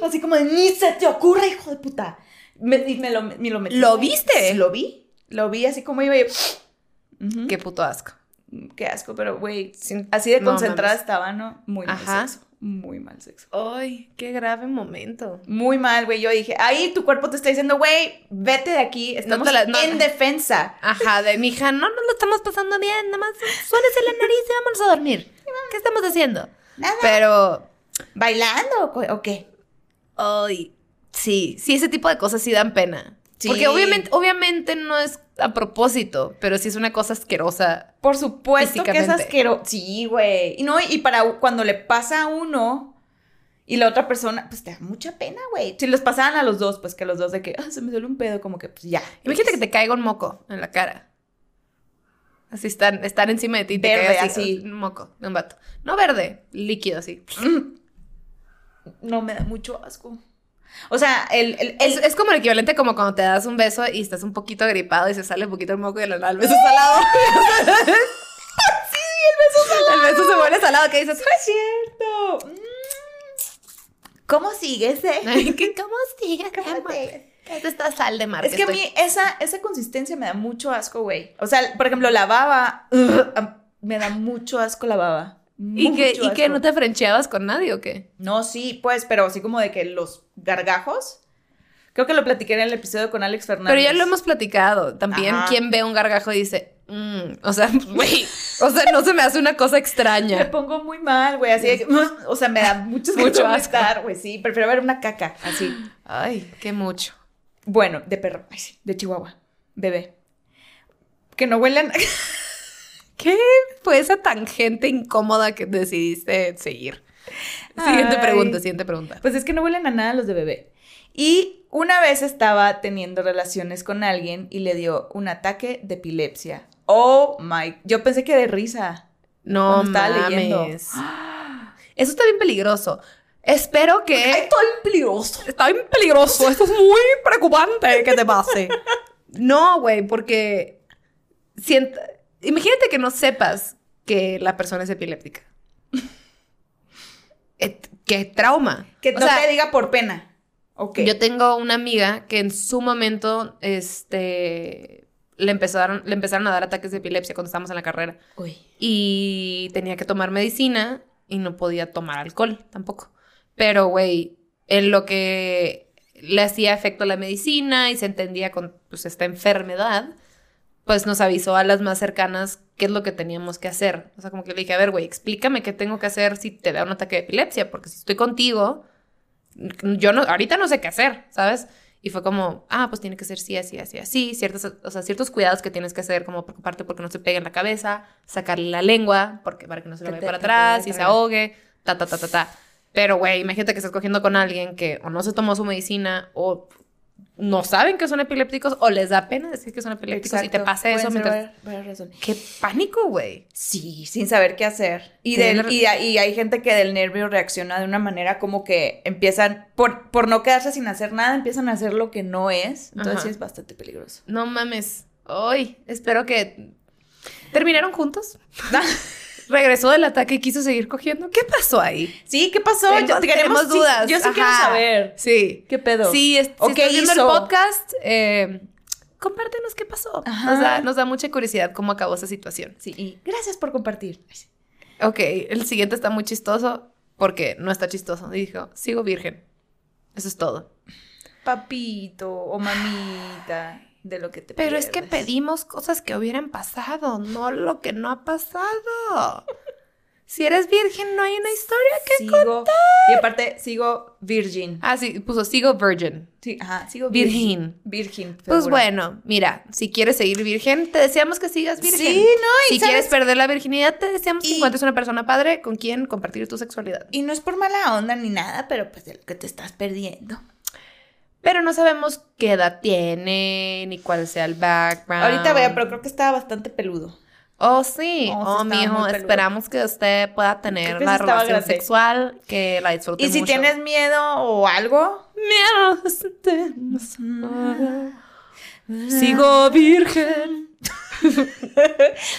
S1: así como de, ni se te ocurre, hijo de puta. Me, y me lo, me lo metí.
S2: ¿Lo viste?
S1: Sí, lo vi. Lo vi así como iba y yo, Ujú.
S2: Qué puto asco.
S1: Qué asco, pero güey,
S2: Sin-
S1: así de
S2: No,
S1: concentrada
S2: mames.
S1: estaba, ¿no? Muy
S2: Ajá.
S1: mal sexo. Muy mal sexo.
S2: Ay, qué grave momento.
S1: Muy mal, güey. Yo dije, ahí tu cuerpo te está diciendo, güey, vete de aquí. Estamos
S2: te la- no-
S1: en defensa.
S2: Ajá, de mi hija, no nos lo estamos pasando bien, nada más suénese la nariz y vámonos a dormir. ¿Qué estamos haciendo?
S3: Nada.
S2: Pero,
S1: ¿Bailando o cu- o qué?
S2: ay, sí, sí, ese tipo de cosas sí dan pena.
S1: Sí.
S2: Porque obviamente, obviamente no es a propósito, pero sí es una cosa asquerosa.
S1: Por supuesto que es
S2: Físicamente.
S1: asqueroso. Sí, güey. Y no, y para u- cuando le pasa a uno y la otra persona, pues te da mucha pena, güey. Si les pasaban a los dos, pues que los dos de que "Ah, se me sale un pedo, como que pues ya.
S2: Imagínate que te caiga un moco en la cara. Así están, están encima de ti y te
S1: Verde,
S2: cae así,
S1: así.
S2: Un moco de un vato. No verde, líquido así.
S1: No me da mucho asco. O sea, el, el, el-
S2: Es, es como el equivalente como cuando te das un beso y estás un poquito gripado y se sale un poquito el moco y el, el beso salado. sí, el beso salado. El beso se vuelve salado que dices,
S1: No es cierto. Mm. ¿Cómo sigues, eh?
S2: ¿Qué- ¿Cómo sigue?
S3: ¿Cómo te-
S2: Es esta sal de mar.
S1: Es que a
S2: Ah, estoy-
S1: mí esa, esa consistencia me da mucho asco, güey. O sea, por ejemplo, la baba. ugh, am- me da mucho asco la baba.
S2: ¿Y que,
S1: Mucho
S2: ¿Y que
S1: asco.
S2: no te frencheabas con nadie o qué?
S1: No, sí, pues, pero así como de que los gargajos. Creo que lo platiqué en el episodio con Alex Fernández.
S2: Pero ya lo hemos platicado también.
S1: Ajá.
S2: Quien ve un gargajo y dice, "Mm", o sea, güey, o sea, no se me hace una cosa
S1: Me
S2: extraña.
S1: pongo muy mal, güey, así de que, "Ugh", o sea, me da mucho,
S2: Mucho
S1: mucho
S2: asco.
S1: asco, güey, sí, prefiero ver una caca, así.
S2: Ay, qué mucho.
S1: Bueno, de perro, ay, sí, de chihuahua, bebé. Que no huelan,
S2: ¿Qué fue esa tangente incómoda que decidiste seguir? Siguiente
S1: Ay.
S2: pregunta, siguiente pregunta.
S1: Pues es que no huelen a nada los de bebé. Y una vez estaba teniendo relaciones con alguien y le dio un ataque de epilepsia. Oh my. Yo pensé que de risa.
S2: No
S1: Cuando estaba leyendo.
S2: mames. Eso está bien peligroso. Espero que...
S1: todo peligroso.
S2: Está bien peligroso. Esto es muy preocupante que te pase. No, güey, porque... siento- Imagínate que no sepas que la persona es epiléptica. Et- ¡Qué trauma!
S1: Que
S2: O
S1: no
S2: sea,
S1: te diga por pena. Ok.
S2: Yo tengo una amiga que en su momento, este, le empezaron, le empezaron a dar ataques de epilepsia cuando estábamos en la carrera
S1: Uy.
S2: y tenía que tomar medicina y no podía tomar alcohol tampoco. Pero, güey, en lo que le hacía efecto la medicina y se entendía con pues, esta enfermedad, pues nos avisó a las más cercanas qué es lo que teníamos que hacer. O sea, como que le dije, a ver, güey, explícame qué tengo que hacer si te da un ataque de epilepsia, porque si estoy contigo, yo no, ahorita no sé qué hacer, ¿sabes? Y fue como, ah, pues tiene que ser sí, así, así, así. Ciertos, o sea, ciertos cuidados que tienes que hacer, como preocuparte porque no se pegue en la cabeza, sacarle la lengua porque, para que no se le
S1: Que
S2: vaya
S1: te-
S2: para
S1: que te vaya
S2: atrás y
S1: para
S2: se
S1: atrás.
S2: ahogue, ta, ta, ta, ta, ta. Pero, güey, imagínate que estás cogiendo con alguien que o no se tomó su medicina o no saben que son epilépticos o les da pena decir que son epilépticos y te pasa eso mientras... ¡Qué pánico, güey!
S1: Sí, sin saber qué hacer. Y,
S2: Tener
S1: del-
S2: la-
S1: y, y hay gente que del nervio reacciona de una manera como que empiezan, por, por no quedarse sin hacer nada, empiezan a hacer lo que no es. Entonces
S2: Ajá.
S1: sí es bastante peligroso.
S2: No mames. Hoy espero que... ¿Terminaron juntos? Regresó del ataque y quiso seguir cogiendo. ¿Qué pasó ahí?
S1: Sí, ¿qué pasó?
S2: Tengo-
S1: yo, queremos sí, Yo sí quiero
S2: Ajá.
S1: saber.
S2: Sí.
S1: ¿Qué pedo?
S2: Sí, es,
S1: ¿O
S2: si
S1: qué
S2: estás viendo el
S1: hizo?
S2: podcast, eh, compártenos qué pasó.
S1: Ajá.
S2: Nos da, nos da mucha curiosidad cómo acabó esa situación.
S1: Sí, y gracias por compartir.
S2: Ok, el siguiente está muy chistoso porque no está chistoso. Dijo, sigo virgen. Eso es todo.
S1: Papito o mamita, de lo que te
S2: Pero es que
S1: pierdes.
S2: pedimos cosas que hubieran pasado, no lo que no ha pasado. Si eres virgen, no hay una historia.
S1: sigo, Y aparte, sigo virgin.
S2: Ah, sí, puso sigo virgin.
S1: Sí, ajá, sigo
S2: Virgin.
S1: Virgin.
S2: Pues
S1: seguro.
S2: bueno, mira, si quieres seguir virgen, te deseamos que sigas virgen.
S1: Sí, no, y
S2: si
S1: sabes-
S2: quieres perder la virginidad, te deseamos que
S1: Y-
S2: encuentres una persona padre con quien compartir tu sexualidad.
S1: Y no es por mala onda ni nada, pero pues de lo que te estás perdiendo.
S2: Pero no sabemos qué edad tiene, ni cuál sea el background.
S1: Ahorita veo, pero creo que estaba bastante peludo.
S2: Oh, sí.
S1: Oh, sí,
S2: Oh,
S1: estaba
S2: mijo,
S1: muy peludo.
S2: esperamos que usted pueda
S1: Creo
S2: tener
S1: que
S2: la
S1: sí estaba
S2: relación
S1: grande.
S2: sexual, que la disfrute
S1: Y si
S2: mucho.
S1: tienes miedo o algo,
S2: miedo, sentimos nada. Sigo virgen.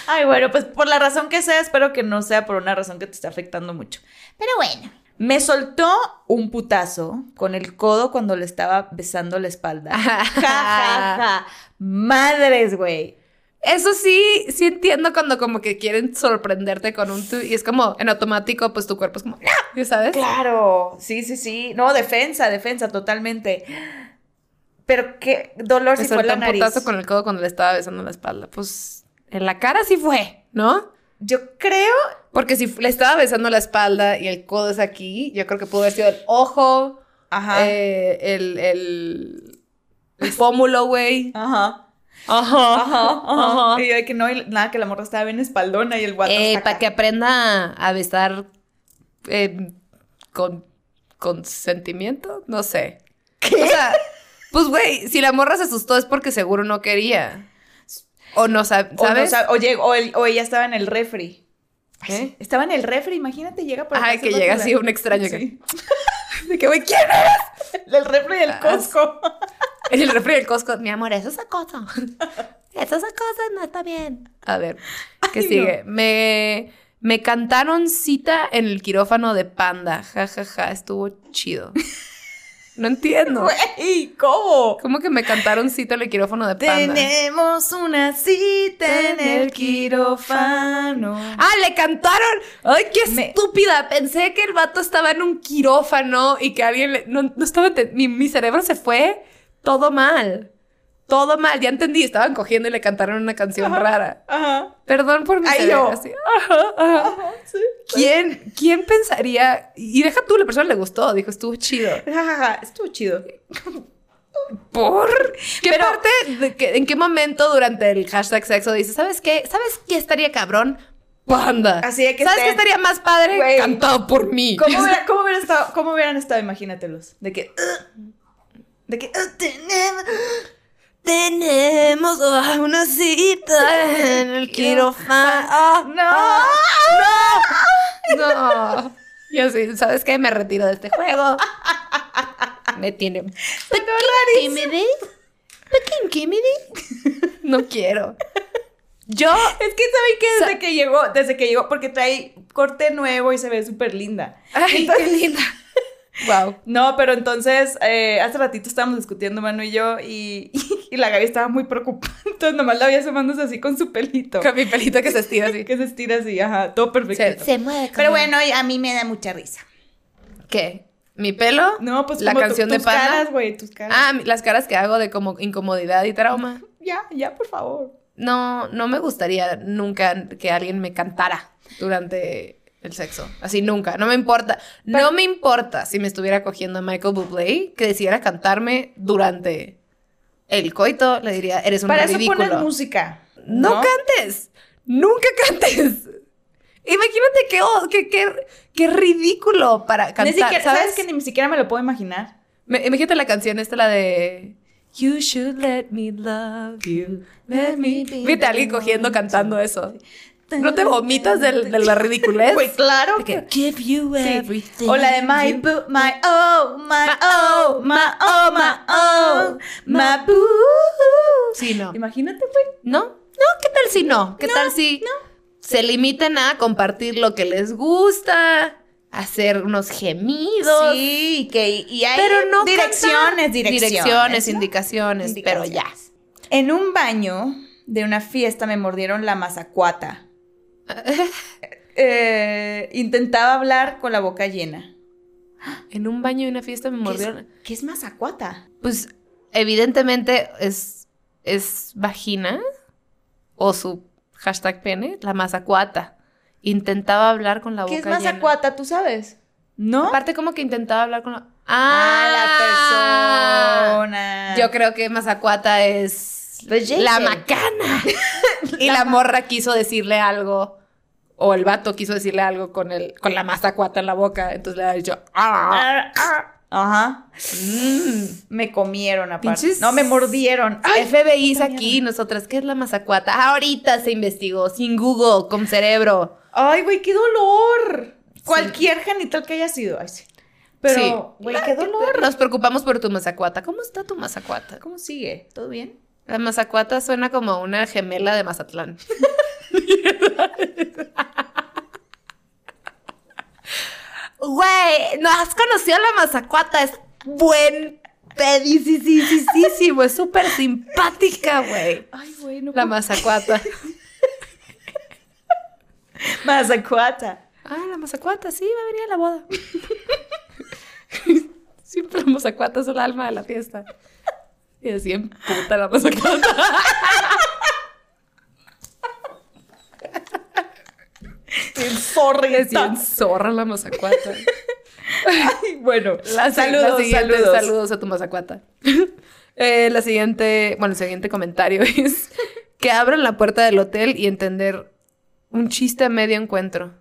S1: ay, bueno, pues por la razón que sea, espero que no sea por una razón que te esté afectando mucho.
S3: Pero bueno,
S1: Me soltó un putazo con el codo cuando le estaba besando la espalda. Ja, ja, ja. Madres, güey.
S2: Eso sí, sí entiendo cuando como que quieren sorprenderte con un tu y es como en automático, pues tu cuerpo es como, ¡Ah! ¿ya sabes?
S1: Claro. Sí, sí, sí. No, defensa, defensa, totalmente. Pero qué dolor
S2: Me
S1: si fue
S2: soltó
S1: la
S2: un
S1: nariz.
S2: putazo con el codo cuando le estaba besando la espalda. Pues en la cara sí fue, ¿no?
S1: Yo creo.
S2: Porque si le estaba besando la espalda y el codo es aquí, yo creo que pudo haber sido el ojo,
S1: Ajá.
S2: eh, el, el, el pómulo, güey.
S1: Ajá.
S2: Ajá.
S1: Ajá. Ajá.
S2: Ajá.
S1: Y yo de que no, y nada, que la morra estaba bien espaldona y el guato.
S2: Eh,
S1: hasta
S2: para
S1: acá.
S2: que aprenda a besar eh, con consentimiento, no sé. O sea, pues güey, si la morra se asustó es porque seguro no quería. O no sabe,
S1: O, no
S2: ¿sabes?
S1: sabe- o lleg- o el- o ella estaba en el refri. Ay,
S2: ¿Eh?
S1: sí. Estaba en el refri, imagínate, llega por
S2: Ay,
S1: acá
S2: que
S1: haciendo
S2: llega
S1: la-
S2: así un extraño que-
S1: Sí.
S2: De que, güey, ¿quién Ah,
S1: Del refri del Costco.
S2: En el refri del Costco, mi amor, eso es acoso.
S3: esas cosas no está bien.
S2: A ver, ¿qué
S1: Ay,
S2: sigue? Me, Me cantaron cita en el quirófano de panda. Ja, ja, ja. Estuvo chido. No entiendo.
S1: Güey, ¿cómo?
S2: ¿Cómo que me cantaron cita en el quirófano de panda?
S1: Tenemos una cita en el quirófano.
S2: Ah, le cantaron. Ay, qué
S1: Me-
S2: estúpida. Pensé que el vato estaba en un quirófano y que alguien le... No, no estaba... ente- Mi, mi cerebro se fue todo mal. Todo mal. Ya entendí. Estaban cogiendo y le cantaron una canción rara.
S1: Ajá.
S2: Perdón por mi
S1: Ay, yo.
S2: cerebro. así, ajá, ajá. ¿Quién, ¿Quién pensaría? Y deja tú, la persona le gustó. Dijo, estuvo chido.
S1: Ja, ja, ja, Estuvo chido.
S2: ¿Por? ¿Qué parte? de que- ¿En qué momento durante el hashtag sexo dices, ¿sabes qué? ¿Sabes qué estaría cabrón? Panda.
S1: Así de que
S2: ¿Sabes
S1: estén-
S2: qué estaría más padre?
S1: Güey.
S2: Cantado por mí.
S1: ¿Cómo, hubiera- cómo hubiera estado, ¿Cómo hubieran estado? Imagínatelos. De que. "Ugh". De que. "Ugh, tenemos- ah,
S2: Tenemos una cita en el quirófano. Ah,
S1: ¡No!
S2: No. Y así, ¿sabes qué? Me retiro de este juego. Me tiene.
S3: ¿Qué me ves? ¿Qué, qué me ves?
S2: No quiero. Yo.
S1: Es que saben que
S2: Sa-
S1: desde que llegó, desde que llegó, porque trae corte nuevo y se ve súper linda.
S2: Ay, qué linda. Wow.
S1: No, pero entonces, eh, hace ratito estábamos discutiendo Manu y yo y, y la Gaby estaba muy preocupada. Entonces nomás la veía asomándose así con su pelito.
S2: Con mi pelito que se estira así.
S1: Que se estira así, ajá, todo perfecto.
S2: Cierto.
S3: Se mueve como-
S1: Pero bueno, y a mí me da mucha risa.
S2: ¿Qué? ¿Mi pelo?
S1: No, pues
S2: La
S1: como tu-
S2: canción de
S1: tus
S2: Panda.
S1: caras, güey, tus caras.
S2: Ah, mi- las caras que hago de como incomodidad y trauma.
S1: Ya, ya, por favor.
S2: No, no me gustaría nunca que alguien me cantara durante el sexo. Así nunca. No me importa. no me importa si me estuviera cogiendo a Michael Bublé que decidiera cantarme durante el coito. Le diría, eres un
S1: Para
S2: ridículo.
S1: eso pones música.
S2: No, cantes. Nunca cantes. Imagínate qué, o- qué, qué- qué ridículo para cantar.
S1: Ni siquiera- ¿sabes?
S2: ¿sabes?
S1: que ni siquiera me lo puedo imaginar?
S2: Me- imagínate la canción esta, la de... You should let me love you. Let me be. Vete a alguien cogiendo, cantando eso. ¿No te vomitas del- de la ridiculez?
S1: Güey, claro
S2: De
S1: que
S2: que, give you everything.
S1: O la de my boo, my oh, my oh, my oh, my oh, my boo.
S2: Sí, no.
S1: Imagínate, güey.
S2: ¿No? No, ¿qué tal si no? ¿Qué tal si se limitan a compartir lo que les gusta? Hacer unos gemidos.
S1: Sí, que y hay
S2: Pero no
S1: direcciones,
S2: cantar.
S1: direcciones,
S2: Direcciones,
S1: ¿no?
S2: indicaciones, pero ya.
S1: Indicaciones. En un baño de una fiesta me mordieron la mazacuata. Eh, intentaba hablar con la boca llena.
S2: En un baño de una fiesta me
S1: ¿Qué
S2: mordieron.
S1: es, ¿Qué es mazacuata?
S2: Pues evidentemente es, es vagina o su hashtag pene, la mazacuata. Intentaba hablar con la boca
S1: ¿Qué es
S2: llena.
S1: mazacuata? ¿Tú sabes? ¿No?
S2: Aparte como que intentaba hablar con la...
S1: Ah, la
S2: ¡Ah!
S1: persona.
S2: Yo creo que mazacuata es
S1: Pues Jason.
S2: la macana. y la morra quiso decirle algo. O el vato quiso decirle algo con, el, con la mazacuata en la boca. Entonces le ha dicho... ¡Ah!
S1: Ar, ar. Ajá.
S2: Mm.
S1: Me comieron aparte.
S2: Pinches-
S1: No, me mordieron. Ay,
S2: FBI's aquí, nosotras, ¿qué es la mazacuata? Ah, Ahorita se investigó, sin Google, con cerebro.
S1: ay, güey, qué dolor. Cualquier genital que haya sido. Ay, sí. Pero,
S2: Sí.
S1: güey, qué dolor.
S2: Nos preocupamos por tu mazacuata. ¿Cómo está tu mazacuata?
S1: ¿Cómo sigue? ¿Todo bien?
S2: La mazacuata suena como una gemela de Mazatlán. Güey, ¿no has conocido a la mazacuata? Es buen pedicicicicísimo, es súper simpática, güey.
S1: Ay, güey, no.
S2: La mazacuata.
S1: Mazacuata.
S2: Ah, la mazacuata, sí, va a venir a la boda. Siempre la mazacuata es el alma de la fiesta. Y así en puta la mazacuata.
S1: Bien sorry.
S2: Y así en zorra la mazacuata.
S1: Ay, bueno.
S2: La,
S1: saludos,
S2: la siguiente-
S1: saludos.
S2: Saludos a tu mazacuata. Eh, la siguiente, bueno, el siguiente comentario es que abran la puerta del hotel y entender un chiste a medio encuentro.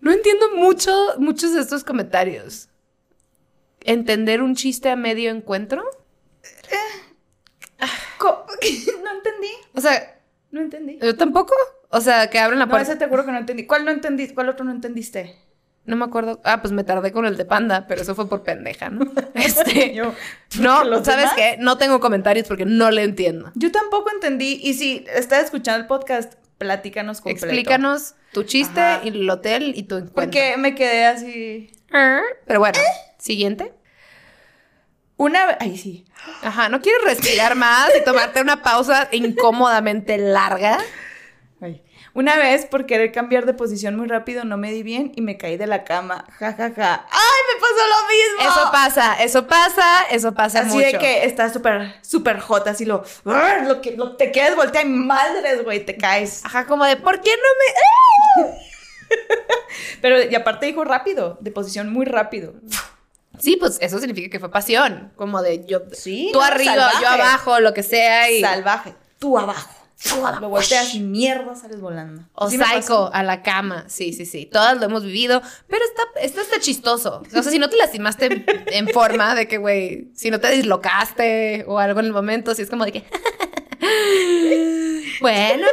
S2: No entiendo mucho, muchos de estos comentarios. ¿Entender un chiste a medio encuentro?
S1: Co- no entendí.
S2: O sea,
S1: No entendí.
S2: yo tampoco. O sea, que abren la
S1: No,
S2: puerta.
S1: ese te juro que no entendí. ¿Cuál no entendiste? ¿Cuál otro no entendiste?
S2: No me acuerdo. Ah, pues me tardé con el de panda, pero eso fue por pendeja, ¿no? Este.
S1: Yo.
S2: No,
S1: ¿Los
S2: ¿sabes
S1: demás?
S2: qué? No tengo comentarios porque no le entiendo.
S1: Yo tampoco entendí. Y si estás escuchando el podcast, Platícanos completo.
S2: Explícanos tu chiste
S1: Ajá.
S2: y el hotel y tu encuentro.
S1: Porque ¿eh? me quedé así.
S2: Ah, Pero bueno, siguiente.
S1: Una vez. Ay, sí.
S2: Ajá, ¿no quieres respirar más y tomarte una pausa incómodamente larga?
S1: Ay. Una vez, por querer cambiar de posición muy rápido, no me di bien y me caí de la cama. Ja, ja, ja. ¡Ay, me pasó lo mismo!
S2: Eso pasa, eso pasa, eso pasa
S1: Así
S2: mucho.
S1: de que estás súper, súper hot, así lo, ¡Arr! lo que lo- te quedas voltea y madres, güey, te caes.
S2: Ajá, como de, ¿por qué no me...?
S1: ¡ah! Pero, y aparte dijo rápido, de posición muy rápido.
S2: Sí, pues eso significa que fue pasión. Como de yo.
S1: Sí,
S2: Tú
S1: no,
S2: arriba,
S1: salvaje.
S2: yo abajo, lo que sea. Y,
S1: Salvaje, tú abajo, tú abajo. Lo volteas y mierda sales volando.
S2: o
S1: Así me pasó.
S2: psycho, a la cama. Sí, sí, sí. Todas lo hemos vivido. Pero está, está, está chistoso. O sea, si no te lastimaste en, en forma de que, güey, si no te dislocaste o algo en el momento, si es como de que. bueno,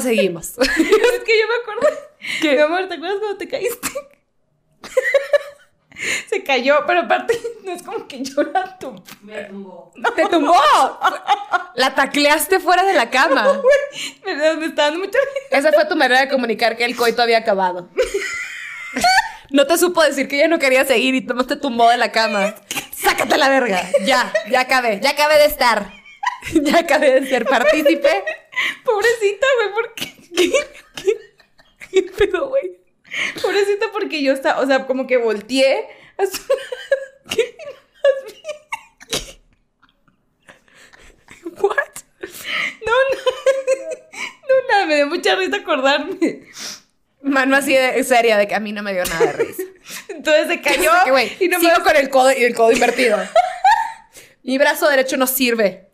S2: seguimos?
S1: es que yo me acuerdo. Mi amor, ¿te acuerdas cuando te caíste? Se cayó, pero aparte no es como que yo la tumbé.
S2: ¡Te tumbó! La tacleaste fuera de la cama.
S1: ¿Verdad? Me está dando mucha
S2: Esa fue tu manera de comunicar que el coito había acabado. No te supo decir que ya no quería seguir y nomás te tumbó de la cama. Sácate la verga. Ya, ya acabé. Ya acabé de estar. Ya acabé de ser partícipe.
S1: Pobrecita, güey, porque.
S2: ¿Qué pedo, güey?
S1: Pobrecita, porque yo estaba, o sea, como que volteé a su ¿Qué?
S2: What?
S1: No, no. No, nada, me dio mucha risa acordarme.
S2: Mano así de seria de que a mí no me dio nada de risa.
S1: Entonces se cayó
S2: Que, güey,
S1: y no me,
S2: sigo con el codo y el codo invertido. Mi brazo derecho no sirve.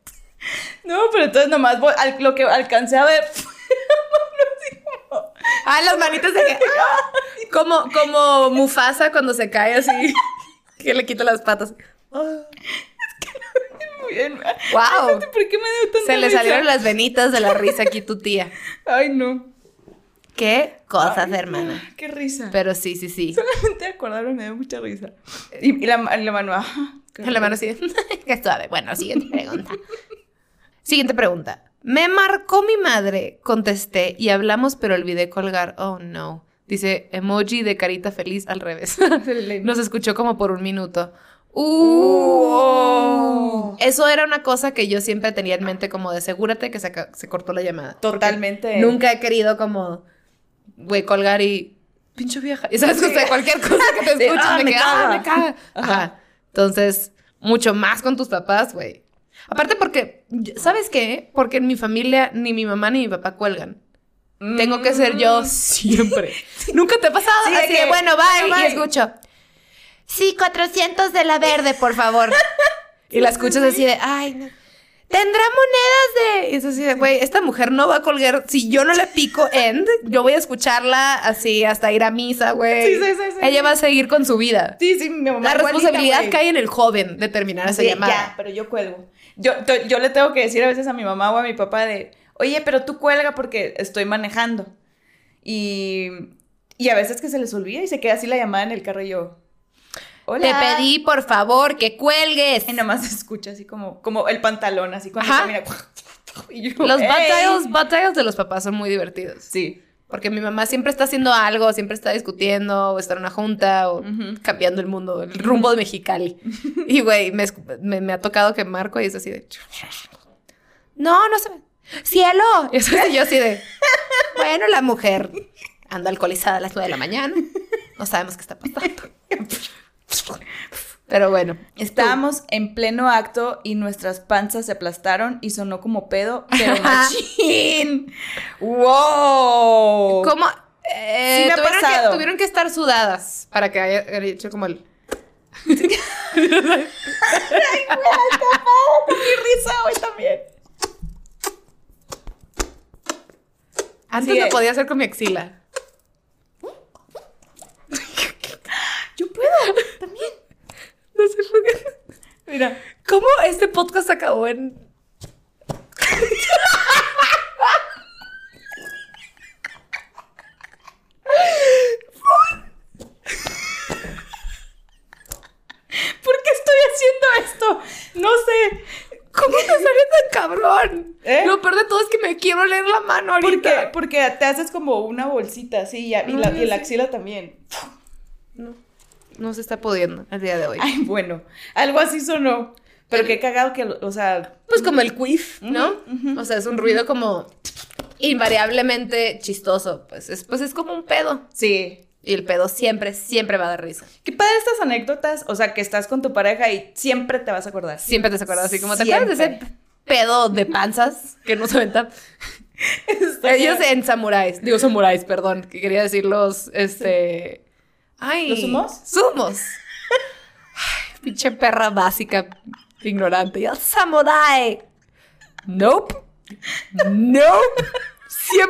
S1: No, pero entonces nomás vo- al- lo que alcancé a ver. Así como-
S2: Ah, las manitas de que. ¡ah! Como, como Mufasa cuando se cae así. Que le quita las patas. Ah.
S1: Muy bien.
S2: Wow.
S1: No sé por qué me dio tanta
S2: Se le
S1: risa.
S2: salieron las venitas de la risa aquí tu tía.
S1: Ay, no. Ah,
S2: Qué cosas, hermana.
S1: Qué risa.
S2: Pero sí, sí, sí.
S1: Solamente de acordarme me dio mucha risa. Y, y la, la mano. ah, qué
S2: La mano así. de, Qué suave. Bueno, siguiente pregunta. Siguiente pregunta. Me marcó mi madre, contesté y hablamos, pero olvidé colgar. Oh no. Dice emoji de carita feliz al revés.
S1: risa.
S2: Nos escuchó como por un minuto.
S1: Uh.
S2: Uh. Eso era una cosa que yo siempre tenía en mente como de asegúrate que se, ca- se cortó la llamada.
S1: Totalmente.
S2: Nunca he querido como, güey, colgar y pinche vieja. Y sabes, o sea, cualquier cosa que te
S1: Sí,
S2: escuches
S1: ah,
S2: me,
S1: me
S2: queda, ah,
S1: caga.
S2: me caga. Ajá. Entonces, mucho más con tus papás, güey. Aparte porque, ¿sabes qué? Porque en mi familia ni mi mamá ni mi papá cuelgan. Tengo que ser
S1: Mm,
S2: yo siempre. Mm. Nunca te ha pasado.
S1: Sí, de
S2: Así de,
S1: que,
S2: bueno, bye,
S1: bueno,
S2: Y
S1: bye.
S2: escucho. Sí, 400 de la verde, por favor. y la escuchas así de, ay, no. Tendrá monedas de. Y es así de, güey, esta mujer no va a colgar. Si yo no le pico end, yo voy a escucharla así hasta ir a misa, güey.
S1: Sí, sí, sí, sí.
S2: Ella va a seguir con su vida.
S1: Sí, sí, mi mamá.
S2: La
S1: igualita,
S2: responsabilidad
S1: güey.
S2: cae en el joven de terminar esa
S1: Sí,
S2: llamada.
S1: Ya, pero yo cuelgo. Ah, Yo, to- yo le tengo que decir a veces a mi mamá o a mi papá de, oye, pero tú cuelga porque estoy manejando. Y, y a veces que se les olvida y se queda así la llamada en el carro y yo, hola.
S2: Te pedí, por favor, que cuelgues.
S1: Y nomás se escucha así como, como el pantalón, así cuando
S2: Ajá.
S1: termina. Y yo,
S2: Los
S1: "Ey".
S2: battles, battles de los papás son muy divertidos.
S1: Sí.
S2: Porque mi mamá siempre está haciendo algo, siempre está discutiendo, o está en una junta, o
S1: Ujú.
S2: cambiando el mundo, el rumbo de Mexicali. y güey, me, escu- me- me ha tocado que Marco y es así de. No, no se ve. ¡Cielo! Y eso es yo así de. Bueno, la mujer anda alcoholizada a las 9 de la mañana. No sabemos qué está pasando. Pero bueno.
S1: Estábamos en pleno acto y nuestras panzas se aplastaron y sonó como pedo, pero machín. ¡Wow!
S2: ¿Cómo? Eh,
S1: Sí me ha
S2: tuvieron,
S1: pasado.
S2: Que, tuvieron que estar sudadas para que haya, haya hecho como el.
S1: risa hoy también.
S2: Antes
S1: Sí,
S2: lo
S1: eh.
S2: podía hacer con mi axila.
S1: Yo puedo.
S2: No sé por qué.
S1: Mira.
S2: ¿Cómo este podcast acabó en.
S1: ¿Por qué estoy haciendo esto? No sé.
S2: ¿Cómo te salió tan cabrón?
S1: ¿Eh?
S2: Lo peor de todo es que me quiero leer la mano
S1: ¿Por qué?
S2: ahorita.
S1: Porque te haces como una bolsita así y, a- y la, y el axila también.
S2: No, no se está pudiendo al día de hoy.
S1: Ay, bueno, algo así sonó. Pero qué cagado que, lo- o sea,
S2: Pues como el quiff, ¿no?
S1: Ujú, ujú.
S2: O sea, es un ruido como invariablemente chistoso. Pues es, pues es como un pedo.
S1: sí.
S2: Y el pedo siempre, siempre va a dar risa.
S1: Qué padre estas anécdotas, o sea, que estás con tu pareja y siempre te vas a acordar.
S2: Siempre te acuerdas así como te acuerdas de ese pedo de panzas que nos aventan. Ellos en samuráis, digo samuráis, perdón, que quería decir los, este... Ay,
S1: ¿Los sumos?
S2: Sumos. Ay, pinche perra básica, ignorante. Yo, samurái. Nope. Nope.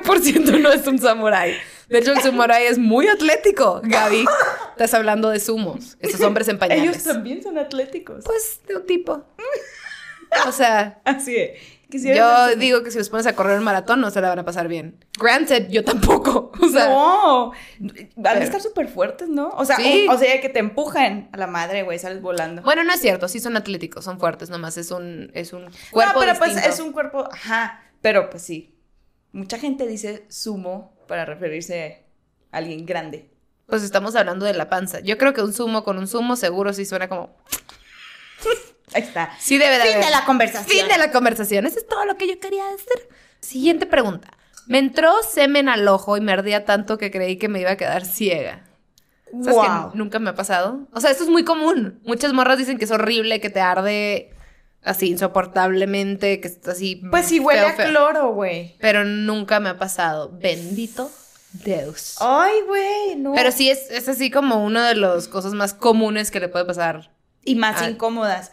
S2: 100% no es un samurái. De hecho, el samurái es muy atlético, Gaby. Estás hablando de sumos. Esos hombres en pañales.
S1: Ellos también son atléticos.
S2: Pues de un tipo. O sea,
S1: Así es. Quisiera
S2: yo
S1: hacer-
S2: digo que si los pones a correr un maratón no se la van a pasar bien. Granted, yo tampoco. O sea,
S1: no, van a
S2: Pero-
S1: estar súper fuertes, ¿no? O sea,
S2: Sí.
S1: un- o sea, que te empujan a la madre, güey, sales volando.
S2: bueno, no es cierto, sí son atléticos, son fuertes, nomás es un es un cuerpo
S1: no, pero pues
S2: distinto.
S1: es un cuerpo, ajá, pero pues sí. Mucha gente dice sumo para referirse a alguien grande.
S2: Pues estamos hablando de la panza. Yo creo que un sumo con un sumo seguro sí suena como
S1: Ahí está.
S2: sí debe de
S3: Fin
S2: haber.
S3: de la conversación.
S2: Fin de la conversación. Eso es todo lo que yo quería decir. Siguiente pregunta. Me entró semen al ojo y me ardía tanto que creí que me iba a quedar ciega. ¿Sabes
S1: Wow.
S2: que nunca me ha pasado? O sea, esto es muy común. Muchas morras dicen que es horrible, que te arde así insoportablemente, que está así.
S1: Pues sí
S2: feo,
S1: huele a
S2: feo.
S1: cloro, güey.
S2: Pero nunca me ha pasado. Bendito Dios.
S1: Ay, güey, no.
S2: Pero sí es, es así como una de las cosas más comunes que le puede pasar.
S1: y más
S2: Ay.
S1: incómodas.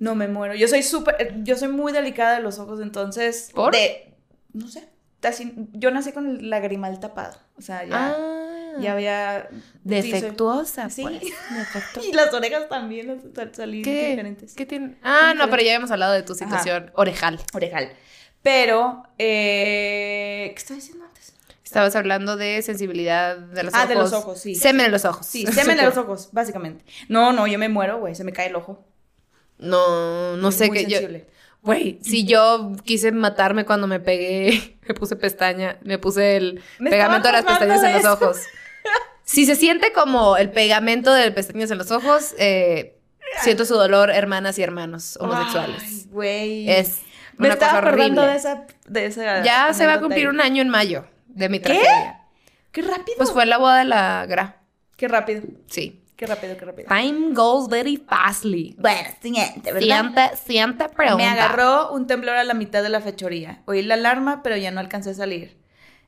S1: No me muero. Yo soy súper, eh, yo soy muy delicada de los ojos, entonces.
S2: ¿Por?
S1: De, no sé. así- yo nací con el lagrimal tapado. O sea, ya,
S2: ah,
S1: ya había.
S2: defectuosa.
S1: Sí.
S2: pues, defectuosa.
S1: Y las orejas también las sal- salí diferentes.
S2: ¿Qué tiene? Ah, no,
S1: diferentes.
S2: pero ya habíamos hablado de tu situación orejal.
S1: Orejal. Pero, eh, ¿qué estaba diciendo antes?
S2: Estabas hablando de sensibilidad de los
S1: Ah,
S2: ojos.
S1: de los ojos, sí.
S2: Semen en los ojos.
S1: Sí, se me de los ojos, básicamente. No, no, yo me muero, güey. Se me cae el ojo.
S2: No, no sé
S1: Muy
S2: qué. yo-
S1: sensible.
S2: Güey, si yo quise matarme cuando me pegué, me puse pestaña, me puse el
S1: Me
S2: pegamento de
S1: estaba
S2: las pestañas en
S1: acordando
S2: los ojos. Si se siente como el pegamento de pestañas en los ojos, eh, siento su dolor, hermanas y hermanos homosexuales.
S1: Ay, güey.
S2: es
S1: Me
S2: una
S1: estaba
S2: cosa horrible.
S1: acordando de esa, de esa.
S2: Ya se va a cumplir
S1: anécdota
S2: un año en mayo de mi
S1: ¿Qué?
S2: tragedia.
S1: ahí. Qué rápido.
S2: Pues fue la boda de la Gra.
S1: Qué rápido,
S2: Sí.
S1: qué rápido, qué rápido.
S2: Time goes very fastly.
S3: Bueno, siguiente, ¿verdad?
S2: Siguiente, siguiente pregunta.
S1: Me agarró un temblor a la mitad de la fechoría. Oí la alarma, pero ya no alcancé a salir.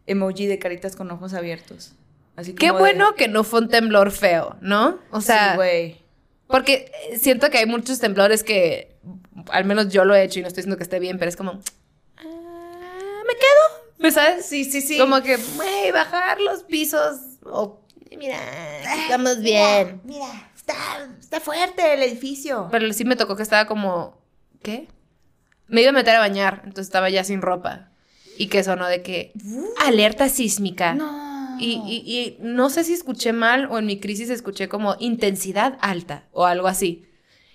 S1: Emoji de caritas con ojos abiertos. Así
S2: Qué
S1: como de-
S2: bueno que no fue un temblor feo, ¿no? O sea,
S1: Sí, güey.
S2: porque eh, siento que hay muchos temblores que, al menos yo lo he hecho y no estoy diciendo que esté bien, pero es como, "Ah, me quedo, ¿me sabes?
S1: Sí, sí, sí.
S2: Como que, güey, bajar los pisos o
S3: Mira,
S1: Ah,
S2: estamos
S3: mira,
S2: bien.
S3: mira, está, está fuerte el edificio.
S2: Pero sí me tocó que estaba como, ¿qué? Me iba a meter a bañar, entonces estaba ya sin ropa. Y que sonó de que, alerta sísmica.
S1: No.
S2: Y, y- y no sé si escuché mal o en mi crisis escuché como intensidad alta o algo así.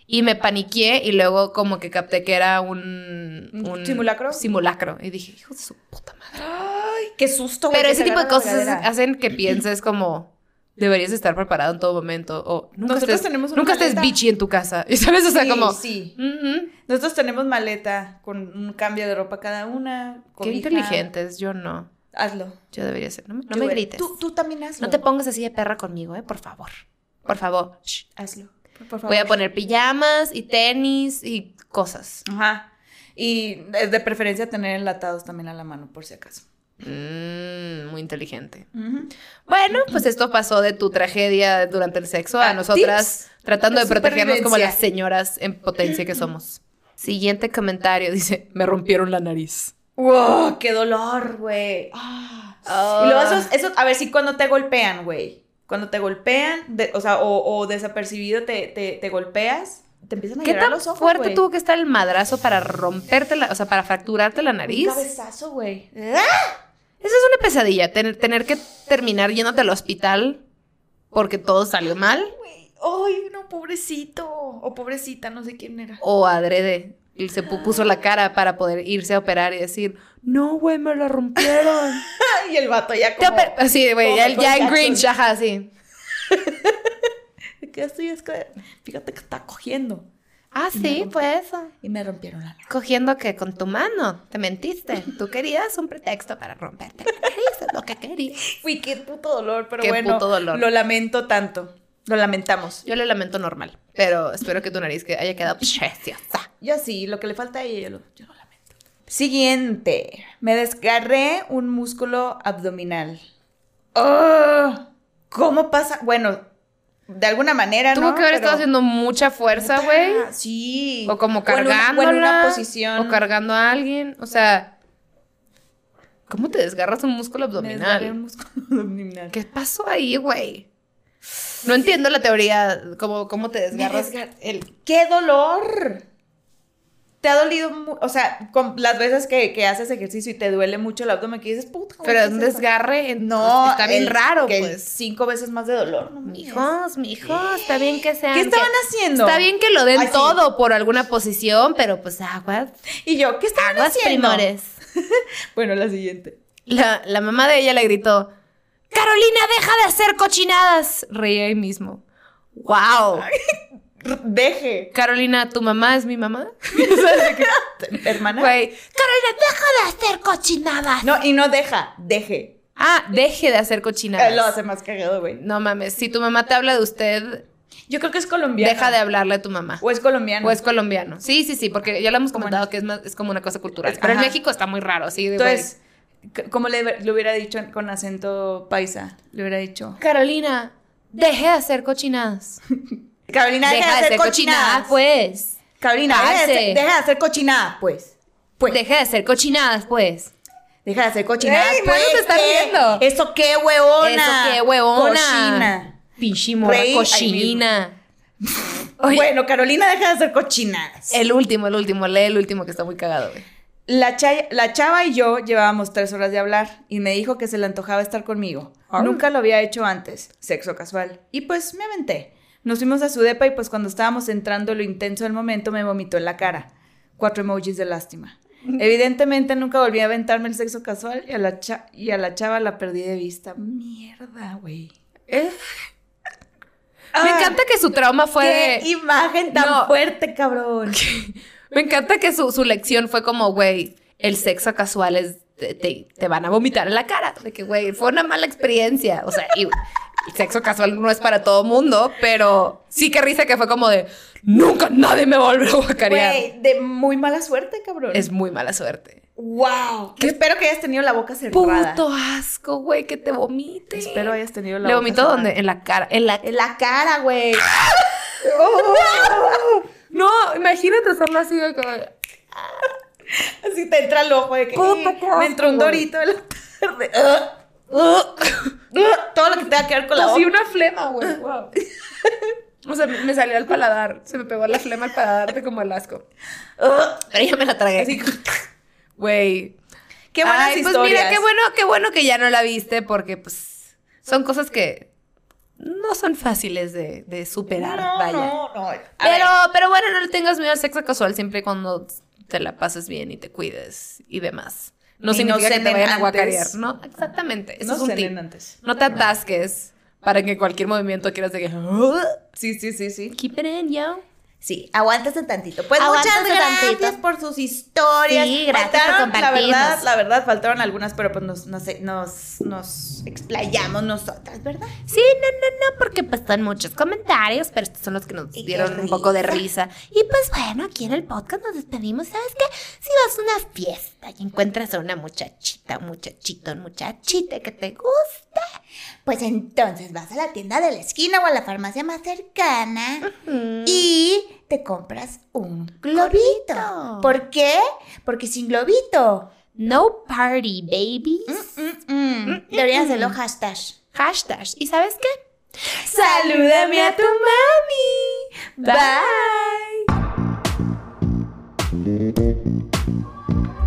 S2: Y me paniqué y luego como que capté que era un...
S1: ¿Un simulacro?
S2: Simulacro. Y dije, hijo de su puta madre.
S1: Ay, qué susto, güey.
S2: Pero
S1: que
S2: ese
S1: te
S2: tipo de
S1: agarra la
S2: cosas
S1: regadera.
S2: hacen que pienses como... Deberías estar preparado en todo momento. O nunca
S1: Nosotros
S2: estés,
S1: tenemos una
S2: nunca estés
S1: maleta.
S2: bitchy en tu casa. Y sabes, o sea,
S1: Sí,
S2: como...
S1: sí.
S2: "Ujú".
S1: Nosotros tenemos maleta con un cambio de ropa cada una.
S2: Qué
S1: cobija.
S2: inteligentes, yo no.
S1: Hazlo.
S2: Yo debería ser. No, me- no
S1: Yo
S2: me
S1: era-
S2: grites.
S1: Tú, tú también hazlo.
S2: No te pongas así de perra conmigo, ¿eh? Por favor. Por favor. Shh.
S1: Hazlo. Por favor.
S2: Voy a poner pijamas y tenis y cosas.
S1: Ajá. Y eh, de preferencia tener enlatados también a la mano, por si acaso. Ah,
S2: Mm, muy inteligente. Bueno, pues esto pasó de tu tragedia durante el sexo a
S1: Ah,
S2: nosotras tratando de
S1: de
S2: protegernos como
S1: supervivencia.
S2: las señoras en potencia que somos. Siguiente comentario dice, me rompieron la nariz.
S1: ¡Wow! ¡Qué dolor, güey!
S2: Oh.
S1: Y luego esos, esos- a ver si cuando te golpean, güey. Cuando te golpean, de- o sea, o, o desapercibido te, te, te golpeas, te empiezan a
S2: ¿Qué
S1: llorar
S2: tan
S1: los ojos,
S2: fuerte
S1: güey.
S2: tuvo que estar el madrazo para romperte la, o sea, para fracturarte la
S1: Un
S2: nariz?
S1: cabezazo, güey. Eh,
S2: Esa es una pesadilla, tener, tener que terminar yéndote al hospital porque todo salió mal
S1: Güey, ¡Ay, no, pobrecito! O pobrecita, no sé quién era.
S2: o adrede. Y se pu- puso la cara para poder irse a operar y decir, no, güey, me la rompieron.
S1: Y el vato ya
S2: Te
S1: como...
S2: oper- Así, güey,
S1: como
S2: ya,
S1: Michael
S2: ya en
S1: Jackson.
S2: Grinch, ajá, así.
S1: ¿Qué estoy? Es que- Fíjate que está cogiendo.
S2: Ah, sí, pues eso.
S1: Y me rompieron la...
S2: Cogiendo que con tu mano, te mentiste. Tú querías un pretexto para romperte la nariz, es lo que querías.
S1: Uy, qué puto dolor, pero
S2: Qué
S1: bueno.
S2: puto dolor.
S1: Lo lamento tanto. Lo lamentamos.
S2: Yo lo lamento normal, pero espero que tu nariz que haya quedado preciosa.
S1: Yo sí, lo que le falta a ella, yo lo, yo lo lamento. Siguiente. Me desgarré un músculo abdominal. ¡Oh! ¿Cómo pasa? Bueno, de alguna manera,
S2: Tuvo
S1: ¿no?
S2: que haber
S1: Pero-
S2: estado haciendo mucha fuerza, güey.
S1: Ah, Sí.
S2: O como
S1: en una- O
S2: cargándola.
S1: en una posición.
S2: O cargando a alguien. O sea, ¿cómo te desgarras un músculo
S1: Me desgarré un
S2: abdominal?
S1: músculo abdominal.
S2: ¿Qué pasó ahí, güey? No entiendo la teoría, cómo, cómo te
S1: Me
S2: desgarras.
S1: desgar- el- ¡Qué dolor! ¿Te ha dolido? mu- O sea, con las veces que, que haces ejercicio y te duele mucho el abdomen, que dices, puta, güey,
S2: Pero
S1: ¿qué
S2: es un
S1: es eso?".
S2: desgarre,
S1: No,
S2: está bien
S1: el-
S2: raro,
S1: que
S2: pues.
S1: Cinco veces más de dolor. no mames.
S2: Mijos, mijos, está bien que sean.
S1: ¿Qué
S2: que-
S1: estaban haciendo?
S2: Está bien que lo den
S1: Ay, sí.
S2: todo por alguna posición, pero pues aguas,
S1: Y yo, ¿qué estaban
S2: aguas
S1: haciendo?
S2: primores.
S1: Bueno, la siguiente.
S2: La, la mamá de ella le gritó, Carolina, deja de hacer cochinadas. Reía ahí mismo. ¡Wow!
S1: R- Deje,
S2: Carolina, ¿tu mamá es mi mamá? ¿Sabes de qué?
S1: hermana.
S2: Güey.
S3: Carolina, deja de hacer cochinadas.
S1: No, y no deja, deje.
S2: Ah, deje de hacer
S1: Eh, lo
S2: cochinadas.
S1: hace más cagado, güey.
S2: No mames, si tu mamá te habla de usted,
S1: Yo creo que es colombiana.
S2: deja de hablarle a tu mamá.
S1: O es colombiana.
S2: O es colombiano. Sí, sí, sí, porque ya lo hemos
S1: Como
S2: comentado que es, más, es como una cosa cultural.
S1: Es-
S2: Pero en
S1: ajá.
S2: México está muy raro, sí. de, güey,
S1: Entonces, c- ¿cómo le, le hubiera dicho con acento paisa? Le hubiera dicho.
S2: Carolina, deje de hacer cochinadas.
S1: Carolina, deja, de hacer cochinadas.
S2: pues.
S1: Carolina, deja de,
S2: Parce.
S1: hacer, deja de hacer cochinadas, pues. Pues.
S2: Deje de hacer cochinadas, pues.
S1: deja de hacer cochinadas,
S2: Ey, no
S1: pues.
S2: nos está
S1: ¿qué?
S2: viendo.
S1: ¿Eso qué, huevona?
S2: Eso qué, huevona.
S1: Cochina.
S2: Pinche morra
S1: Rey, ahí
S2: cochina. Oye,
S1: Bueno, Carolina, deja de hacer cochinadas.
S2: el último, el último, lee el último que está muy cagado, güey.
S1: La, chay- la chava y yo llevábamos tres horas de hablar y me dijo que se le antojaba estar conmigo. Nunca lo había hecho antes, sexo casual. Y pues me aventé. Nos fuimos a su depa y pues cuando estábamos entrando lo intenso del momento me vomitó en la cara. Cuatro emojis de lástima. Evidentemente nunca volví a aventarme el sexo casual y a la, cha- y a la chava la perdí de vista. Mierda, güey.
S2: Eh, Me
S1: Ah,
S2: encanta que su trauma fue
S1: ¡Qué
S2: de-
S1: imagen tan
S2: No.
S1: fuerte, cabrón!
S2: Me encanta que su, su lección fue como, güey, el sexo casual es... Te, te- te van a vomitar en la cara. De que, güey, fue una mala experiencia. O sea, y, el sexo casual no es para todo mundo, pero sí que risa que fue como de... Nunca nadie me volvió a guacarear.
S1: Güey, de muy mala suerte, cabrón.
S2: Es muy mala suerte.
S1: ¡Wow! Espero que hayas tenido la boca cerrada.
S2: Puto asco, güey, que te vomite.
S1: Espero hayas tenido la
S2: ¿Le
S1: boca
S2: vomitó
S1: cerrada.
S2: dónde? En la cara. En la...
S1: En la cara, güey.
S2: No, imagínate hacerlo así de que-
S1: Así te entra el ojo de que
S2: Puta,
S1: "Eh,
S2: qué asco,
S1: me entró un
S2: güey".
S1: dorito en la tarde. Ah, ah, ah, Todo lo que te va a quedar con la
S2: Así
S1: boca.
S2: una flema, güey. Wow. O sea, me me salió al paladar. Se me pegó la flema al paladar de como el asco.
S1: Ah,
S2: Pero ya me la tragué.
S1: así.
S2: Güey.
S1: Qué buenas
S2: Ay,
S1: historias.
S2: Pues mira, qué bueno, qué bueno que ya no la viste porque, pues, son cosas que no son fáciles de, de superar.
S1: No,
S2: vaya.
S1: no, no. A
S2: Pero,
S1: ver,
S2: pero bueno, no le tengas miedo al sexo casual siempre y cuando te la pases bien y te cuides y demás. No
S1: Y no
S2: significa que te
S1: cenen
S2: vayan a
S1: antes.
S2: guacarear. No, exactamente. Eso
S1: no
S2: es un
S1: cenen
S2: tip.
S1: antes.
S2: No te atasques para que cualquier movimiento quieras de que.
S1: Sí, sí, sí, sí.
S2: Keep it in, yo.
S1: Sí, aguántate tantito. Pues
S3: Aguántate
S1: muchas gracias
S3: tantito.
S1: por sus historias.
S3: Sí, gracias por compartirnos.
S1: La verdad, la verdad, faltaron algunas, pero pues nos, nos, nos, nos explayamos nosotras, ¿verdad?
S3: Sí, no, no, no, porque pues están muchos comentarios, pero estos son los que nos
S2: Nos
S3: dieron.
S2: dieron un poco de risa.
S3: Y pues bueno, aquí en el podcast nos despedimos. ¿Sabes qué? Si vas a una fiesta y encuentras a una muchachita, un muchachito, un muchachita que te guste, pues entonces vas a la tienda de la esquina o a la farmacia más cercana y te compras un globito.
S1: Globito.
S3: ¿Por qué? Porque sin globito Mm,
S2: No party, Mm, baby.
S3: deberías hacerlo hashtag.
S2: Hashtags. ¿Y sabes qué?
S1: Salúdame a tu mami.
S2: Bye.